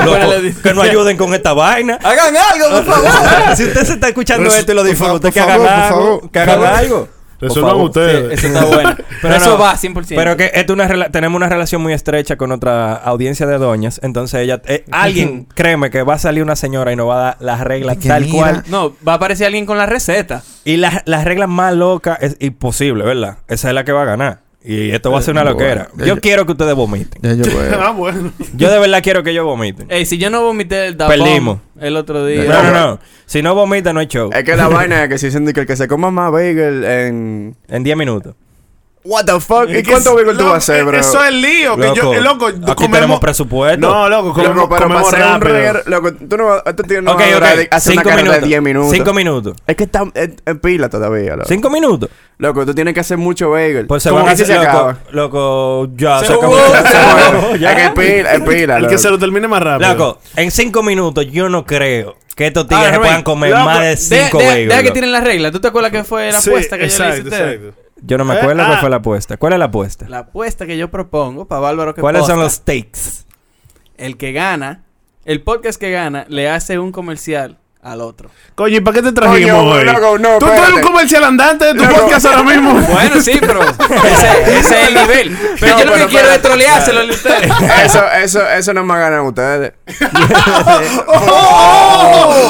S7: (laughs)
S4: Loco, que nos ayuden con esta vaina.
S5: Ah,
S7: Hagan algo, por favor.
S4: si usted se está escuchando
S5: Res-
S4: esto y lo
S5: por
S4: disfruta,
S5: fa- por
S4: que hagan
S5: favor, por
S4: algo.
S5: favor.
S4: Que hagan
S5: Por favor.
S4: algo.
S3: Resuelvan
S4: Por favor.
S3: ustedes.
S7: Eso está
S5: (laughs)
S7: bueno. Pero
S4: No,
S7: eso
S4: no.
S7: va 100%.
S4: Pero que esto es una rela- tenemos una relación muy estrecha con otra audiencia de doñas. Entonces ella... eh,
S5: (laughs)
S4: alguien, créeme, que va a salir una señora y nos va a dar las reglas
S5: Que
S4: tal
S5: mira,
S4: cual.
S7: No, va a aparecer alguien con la receta.
S4: Y las las reglas más locas es imposible, ¿verdad? Esa es la que va a ganar. Y esto va a ser una
S5: Bueno,
S4: loquera.
S6: eh,
S5: ya
S4: Yo
S5: yo-
S4: quiero que ustedes vomiten.
S5: Ya yo voy.
S3: Ah, bueno.
S4: Yo de verdad quiero que ellos vomiten.
S6: Eh,
S7: Ey, si yo no vomité el dabón
S4: Perdimos.
S7: el otro día. Ah,
S4: No, no, no. Si no vomitan, no hay show.
S6: Es que la vaina es que si dicen de que el que se coma más bagel en...
S4: En 10 minutos.
S6: What the fuck?
S3: Es
S6: ¿Y
S3: que
S6: cuánto
S3: es-
S6: bagel tú
S3: loco,
S6: vas a hacer, bro?
S3: Eso es el lío. Que yo, eh, loco,
S4: aquí tenemos presupuesto.
S3: No, loco, comemos,
S6: Loco, pero para
S3: comemos
S6: hacer un
S3: rápido.
S6: reguero- Loco, tú no vas... Este tío no
S4: ok,
S6: va a durar de-
S4: ok.
S6: hacer una
S4: 5
S6: carrera
S4: minutos.
S6: de 10 minutos.
S4: 5 minutos.
S6: Es que está en, en pila todavía, loco.
S4: 5 minutos.
S6: Loco, tú tienes que hacer mucho bagel.
S4: Pues se
S6: Como
S4: van a
S6: que si
S4: hacer
S6: se
S4: loco,
S6: acaba.
S4: loco. Ya
S7: Se
S4: (laughs) se acabó.
S7: jugó,
S6: Se
S4: acabó,
S6: acabó.
S4: ya.
S6: (laughs) Es que es pila, es pila,
S3: El
S6: loco.
S3: que se lo termine más rápido.
S4: Loco, en 5 minutos yo no creo que estos tigres
S7: Ahora, Rubén,
S4: puedan comer
S7: loco,
S4: más de
S7: de-
S4: 5
S7: de-
S4: bagels.
S7: Deja que
S4: loco.
S7: tienen las reglas. ¿Tú te acuerdas que fue la
S3: Sí,
S7: apuesta que yo le hice a
S3: exacto,
S7: ustedes?
S3: exacto.
S4: Yo no me
S3: Eh,
S4: acuerdo cuál
S3: ah.
S4: fue la apuesta. ¿Cuál es la apuesta?
S7: La apuesta que yo propongo para Bárbaro que
S4: ¿Cuáles son
S7: posta,
S4: los takes?
S7: El que gana, el podcast que gana, le hace un comercial al
S4: (laughs)
S7: otro.
S3: Coño, ¿y para qué te trajimos
S6: Coño,
S3: hoy?
S6: loco, no,
S3: Tú eres un
S6: espérate.
S3: comercial andante de tu
S6: Loco.
S3: podcast ahora
S6: (laughs)
S3: mismo. (laughs)
S7: Bueno, sí, pero (laughs) ese, ese es el nivel. Pero
S6: No,
S7: yo lo que
S6: pero
S7: quiero
S6: espérate.
S7: es troleárselo a ustedes.
S6: Eso, eso, eso no me ganan ustedes. (laughs)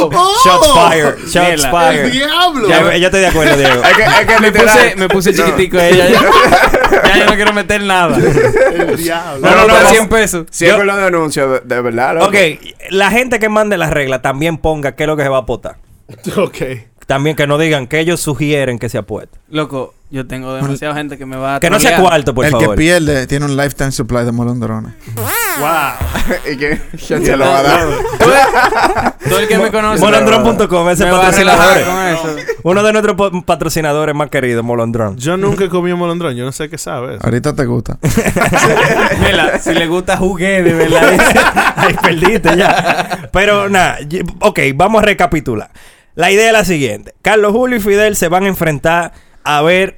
S3: Oh,
S4: Shots fire. Shots
S7: Mira.
S4: fire.
S13: ¡Diablo!
S4: Ya, ya estoy de acuerdo, Diego.
S6: (laughs) Es que, es que
S7: Me
S6: literal-
S7: puse, me puse chiquitico ella. Ya, ya yo no quiero meter nada.
S13: El diablo.
S7: No,
S6: no,
S7: no, no,
S6: pero-
S7: 100 pesos.
S6: Siempre lo denuncio, de, de verdad. loco.
S4: Ok, la gente que mande las reglas también ponga qué es lo que se va a apostar.
S3: ok.
S4: También que no digan que ellos sugieren que se apuesta.
S7: Loco, yo tengo demasiada gente que me va a
S4: Que no sea
S7: trolear.
S4: cuarto, por
S5: el
S4: favor.
S5: que pierde tiene un lifetime supply de molondrones.
S6: Wow. (laughs) ¿Y quién? ¿Quién
S5: se lo va a dar?
S6: Pues
S7: Todo el que me conoce.
S4: Molondron.com, ese
S7: Me va a
S4: patrocinador.
S7: relajar con eso.
S4: Uno de nuestros po- patrocinadores más queridos, Molondrón.
S3: Yo nunca he comido molondrón, yo no sé qué sabe eso.
S5: Ahorita te gusta.
S4: Mira, si le gusta jugué, de verdad. (laughs) dice. Ay, perdiste ya. Pero nada, y- ok, vamos a recapitular. La idea es la siguiente. Carlos Julio y Fidel se van a enfrentar a ver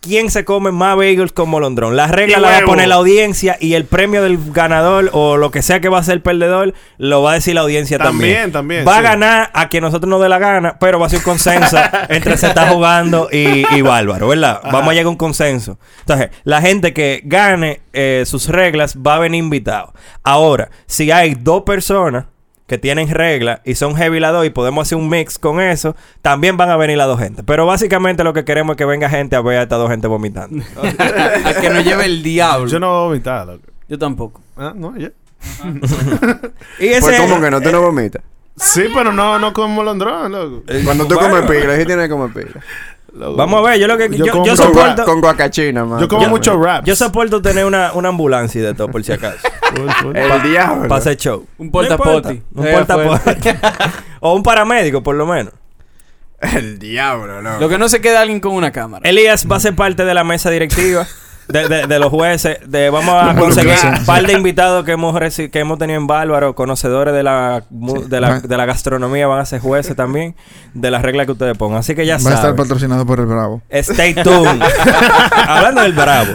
S4: quién se come más bagels con molondrón. Las reglas
S3: Y
S4: las va a
S3: huevo.
S4: poner la audiencia y el premio del ganador o lo que sea que va a ser el perdedor lo va a decir la audiencia también.
S3: También, también,
S4: Va a
S3: sí.
S4: ganar a quien nosotros nos dé la gana, pero va a ser un
S3: (laughs)
S4: consenso entre se está jugando y, y bárbaro, ¿verdad? Vamos a llegar a un consenso. Entonces, la gente que gane eh, sus reglas va a venir invitado. Ahora, si hay dos personas que tienen reglas y son heavy las dos y podemos hacer un mix con eso, también van a venir las dos gente. Pero básicamente lo que queremos es que venga gente a ver a estas dos gente
S6: (laughs)
S4: vomitando.
S7: A que nos lleve el diablo.
S3: Yo no voy a vomitar, loco.
S7: Yo tampoco.
S3: Ah, no, ya.
S4: Y ese
S6: Pues como que no te lo vomitas.
S3: Sí, pero no, no con molondrón, loco.
S6: Cuando tú
S4: bueno.
S6: comes pigre, sí tienes que comer pigre.
S3: Loco.
S4: Vamos a ver, yo lo que
S3: Yo
S4: yo,
S3: como
S4: yo
S3: un
S6: Con, gua-
S4: soporto
S6: con guacachina, man.
S3: Yo como
S6: Ya,
S3: mucho rap.
S4: yo soporto tener una, una ambulancia y de todo por si
S6: (laughs)
S4: acaso.
S6: El diablo.
S4: Para hacer show.
S7: Un
S4: No importa.
S7: portapoti.
S4: Un
S7: Sí,
S4: portapoti. (laughs) o un paramédico, por lo menos.
S6: El diablo, no.
S7: Lo que no se queda alguien con una cámara.
S4: Elías va a ser parte de la mesa directiva. De, de- de los jueces, de, vamos a conseguir un par de invitados que hemos reci- que hemos tenido en Bálvaro, conocedores de la, mu- de, la, de la gastronomía, van a ser jueces también, de las reglas que ustedes pongan. Así que ya
S5: Va a estar
S4: saben.
S5: patrocinado por el Bravo.
S4: Stay tuned. Hablando del Bravo,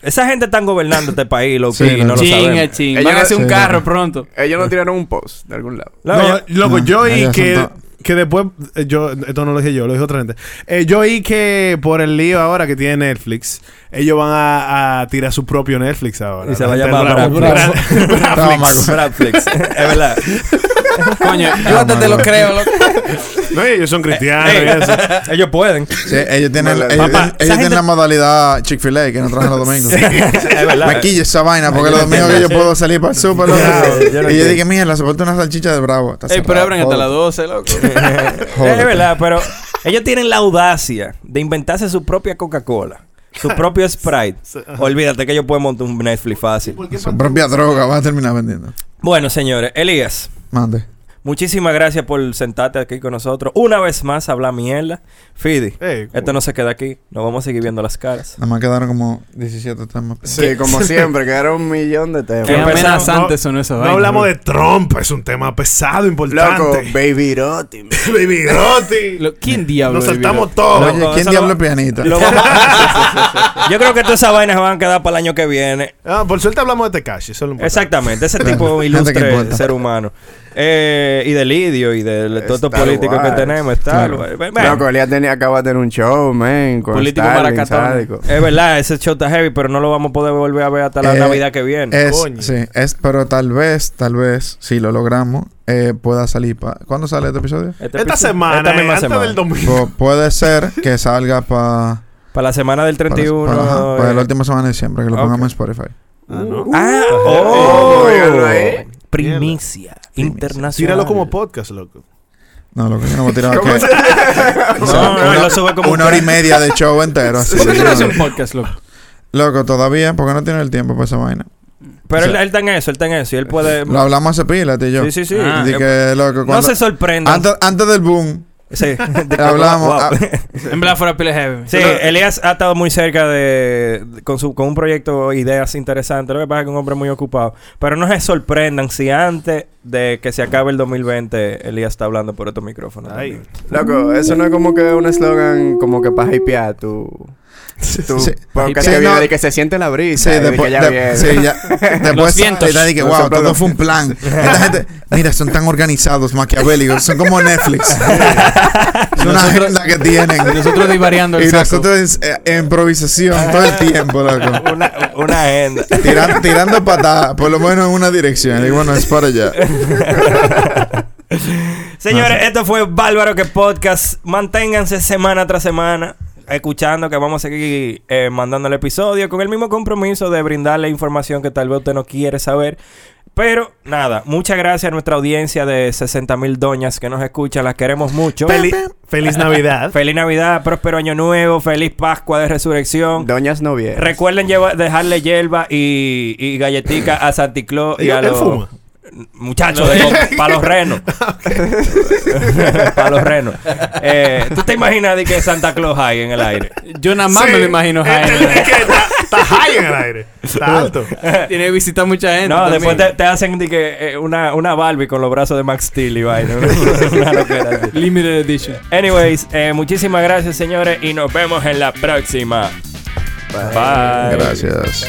S4: esa gente está gobernando este país, lo
S5: Sí,
S4: que
S5: no.
S4: no lo
S7: Chinga,
S4: sabemos.
S7: chinga.
S6: Ellos
S7: Van a hacer
S5: no-
S7: un
S5: sí,
S7: carro pronto.
S6: Ellos no tiraron un post de algún lado.
S4: Luego
S3: No,
S4: ya-
S3: loco, yo oí
S5: ellos
S3: que,
S5: son
S3: que después. eh, Yo, esto no lo dije yo, lo dijo otra gente. Eh, yo oí que por el lío ahora que tiene Netflix, ellos van a, a tirar su propio Netflix ahora.
S4: y se
S3: La
S4: va a
S3: gente
S4: llamar
S3: brava-
S4: Bravo.
S3: brava-
S5: Estaba mal.
S4: Bravflix. Es verdad.
S7: Coño, yo hasta te lo creo, loco.
S3: (laughs) No, y ellos son cristianos
S4: Eh,
S3: y eso.
S4: Ellos pueden.
S5: Sí, ellos tienen,
S6: Vale.
S5: ellos,
S4: Papá,
S5: ellos
S4: esa
S5: tienen
S4: gente-
S5: la modalidad Chick-fil-A que no traen
S4: (laughs)
S5: los domingos.
S4: es verdad.
S5: Me quillo esa vaina porque los domingos que yo puedo salir para el súper. loco.
S4: yo lo
S5: y yo
S4: entiendo.
S5: dije, mija, la soporte una salchicha de Bravo. Está
S7: Ey, pero
S5: cerrado,
S7: abren hasta las
S5: joder.
S7: 12, loco.
S5: Joder.
S4: Es verdad,
S5: (laughs)
S4: pero ellos tienen la audacia de inventarse su propia Coca-Cola,
S5: (laughs)
S4: su propio Sprite. Olvídate que ellos pueden montar un Netflix fácil.
S5: Su propia droga va a terminar vendiendo.
S4: Bueno, señores, Elías,
S5: Mande.
S4: muchísimas gracias por sentarte aquí con nosotros. Una vez más, habla mierda. Fidi,
S3: Ey,
S4: esto no se queda aquí. Nos vamos a seguir viendo las caras.
S5: Nada más quedaron como 17 temas.
S6: Sí, como siempre, quedaron un millón de temas.
S7: Qué
S4: Empezamos,
S7: amenazantes son esos.
S3: No hablamos de Trump, es un tema pesado,
S6: Loco,
S3: importante.
S6: baby Rotti. man.
S3: Baby Gotti.
S7: ¿Quién diablo?
S3: Nos
S7: vivió?
S3: saltamos todo.
S5: Oye,
S4: Loco,
S5: ¿quién
S4: eso
S5: diablo
S4: lo-
S5: es pianista? (laughs)
S4: Lo vamos- Yo creo que todas esas vainas van a quedar para el año que viene.
S3: Ah, por suerte hablamos de Tekashi, eso es lo importante.
S4: Exactamente, ese tipo de
S5: Gente que
S4: ilustre
S5: importa.
S4: ser humano. Eh, y de Lidio y de, de todos estos
S6: Star
S4: políticos que
S6: Wars.
S4: tenemos. Star
S5: Claro.
S4: Wars. Bueno,
S6: Loco, él ya tenía, acaba de tener un show, man. Con
S7: Político
S6: Stalin,
S7: maracatón.
S6: sádico.
S4: Es verdad, ese show está heavy, pero no lo vamos a poder volver a ver hasta la
S5: Eh,
S4: Navidad que viene.
S5: Es,
S3: Coño.
S5: sí, es, pero tal vez, tal vez, si lo logramos, eh, pueda salir para... ¿Cuándo sale este episodio?
S4: Este
S3: Esta
S4: episodio-
S3: semana,
S4: Esta
S3: eh,
S4: misma
S3: antes
S4: semana.
S3: del domingo.
S5: Pu- puede ser que salga para...
S4: Para la semana del 31.
S5: Para, ajá, para
S4: eh.
S5: la última semana de diciembre, que lo
S4: Ok.
S5: pongamos en Spotify.
S4: Ah,
S6: Oh,
S4: oh.
S6: oiganlo ahí.
S4: Primicia internacional.
S3: Tíralo como podcast, loco.
S5: No, lo que yo no
S4: (laughs)
S5: voy a tirar.
S6: ¿Cómo
S5: que-
S6: se-
S4: No, no, lo sube como
S5: Una hora y media de show
S4: (laughs)
S5: entero. así.
S7: ¿Por qué tú no haces un podcast, loco?
S5: Loco, todavía, porque no tiene el tiempo para esa vaina.
S4: Pero él, él está en eso, él está en eso. Y él puede.
S5: Lo hablamos hace pila, te y yo.
S4: Sí, sí, sí.
S7: Ah.
S5: Así
S4: Eh,
S5: que, loco,
S4: no
S5: cuando-
S4: se sorprenda.
S5: antes, antes del boom,
S4: Sí. (laughs) De que-
S5: hablamos.
S4: wow.
S5: ah,
S7: En verdad fuera pile heavy.
S4: Sí, Elías ha estado muy cerca de, de- con, su, con un proyecto, ideas interesantes. Lo que pasa es que es un hombre muy ocupado. Pero no se sorprendan si antes de que se acabe el 2020, Elías está hablando por estos micrófonos.
S3: Ay.
S4: también.
S6: Loco, eso no es como que un eslogan como que para hypear tu... tu
S5: sí.
S6: Porque
S5: Sí,
S6: se viene
S5: no.
S6: de que se siente la
S5: Sí,
S6: brisa. y de
S5: después,
S6: que ya
S5: de-
S6: viene.
S5: sí,
S6: (laughs)
S5: ya. después
S7: vientos.
S5: y dije,
S6: Los
S5: wow,
S6: soplos.
S5: todo fue un
S6: (laughs)
S5: plan. Esta gente, mira, son tan organizados, maquiavélicos, son como
S6: (laughs)
S5: Netflix. (laughs) es una agenda que
S4: (laughs)
S5: tienen.
S7: Y nosotros divariando
S5: Y
S7: el saco.
S5: nosotros en, en improvisación todo el tiempo, loco.
S4: Una, una agenda.
S5: Tiran- tirando patadas, por lo menos en una dirección. Y bueno, es para
S4: (laughs)
S5: allá.
S4: Señores, esto fue Bárbaro que Podcast. Manténganse semana tras semana escuchando que vamos a seguir eh, mandando el episodio con el mismo compromiso de brindarle información que tal vez usted no quiere saber. Pero nada, muchas gracias a nuestra audiencia de 60 mil doñas que nos escucha, las queremos mucho. (laughs)
S3: feliz Navidad.
S4: feliz Navidad, próspero año nuevo, feliz Pascua de Resurrección.
S14: Doñas novieras.
S4: Recuerden llevar- dejarle hierba y, y galletica a Santi Claus y
S3: ¿Y
S4: a
S3: él
S4: los
S3: fuma?
S4: muchachos para los renos. (laughs) para los renos. Eh, ¿Tú te imaginas de que Santa Claus hay en el aire?
S7: Yo nada más me
S4: (laughs)
S7: lo imagino high.
S3: Está high en el aire. Está alto.
S7: Tiene que visitar mucha gente.
S4: No,
S7: también.
S4: después te, te hacen de que, eh, una, una Barbie con los brazos de Max Steel y vaina. (laughs) Una loquera así.
S7: Limited edition.
S4: Anyways, eh, muchísimas gracias, señores, y nos vemos en la próxima. Bye.
S5: Gracias, gracias.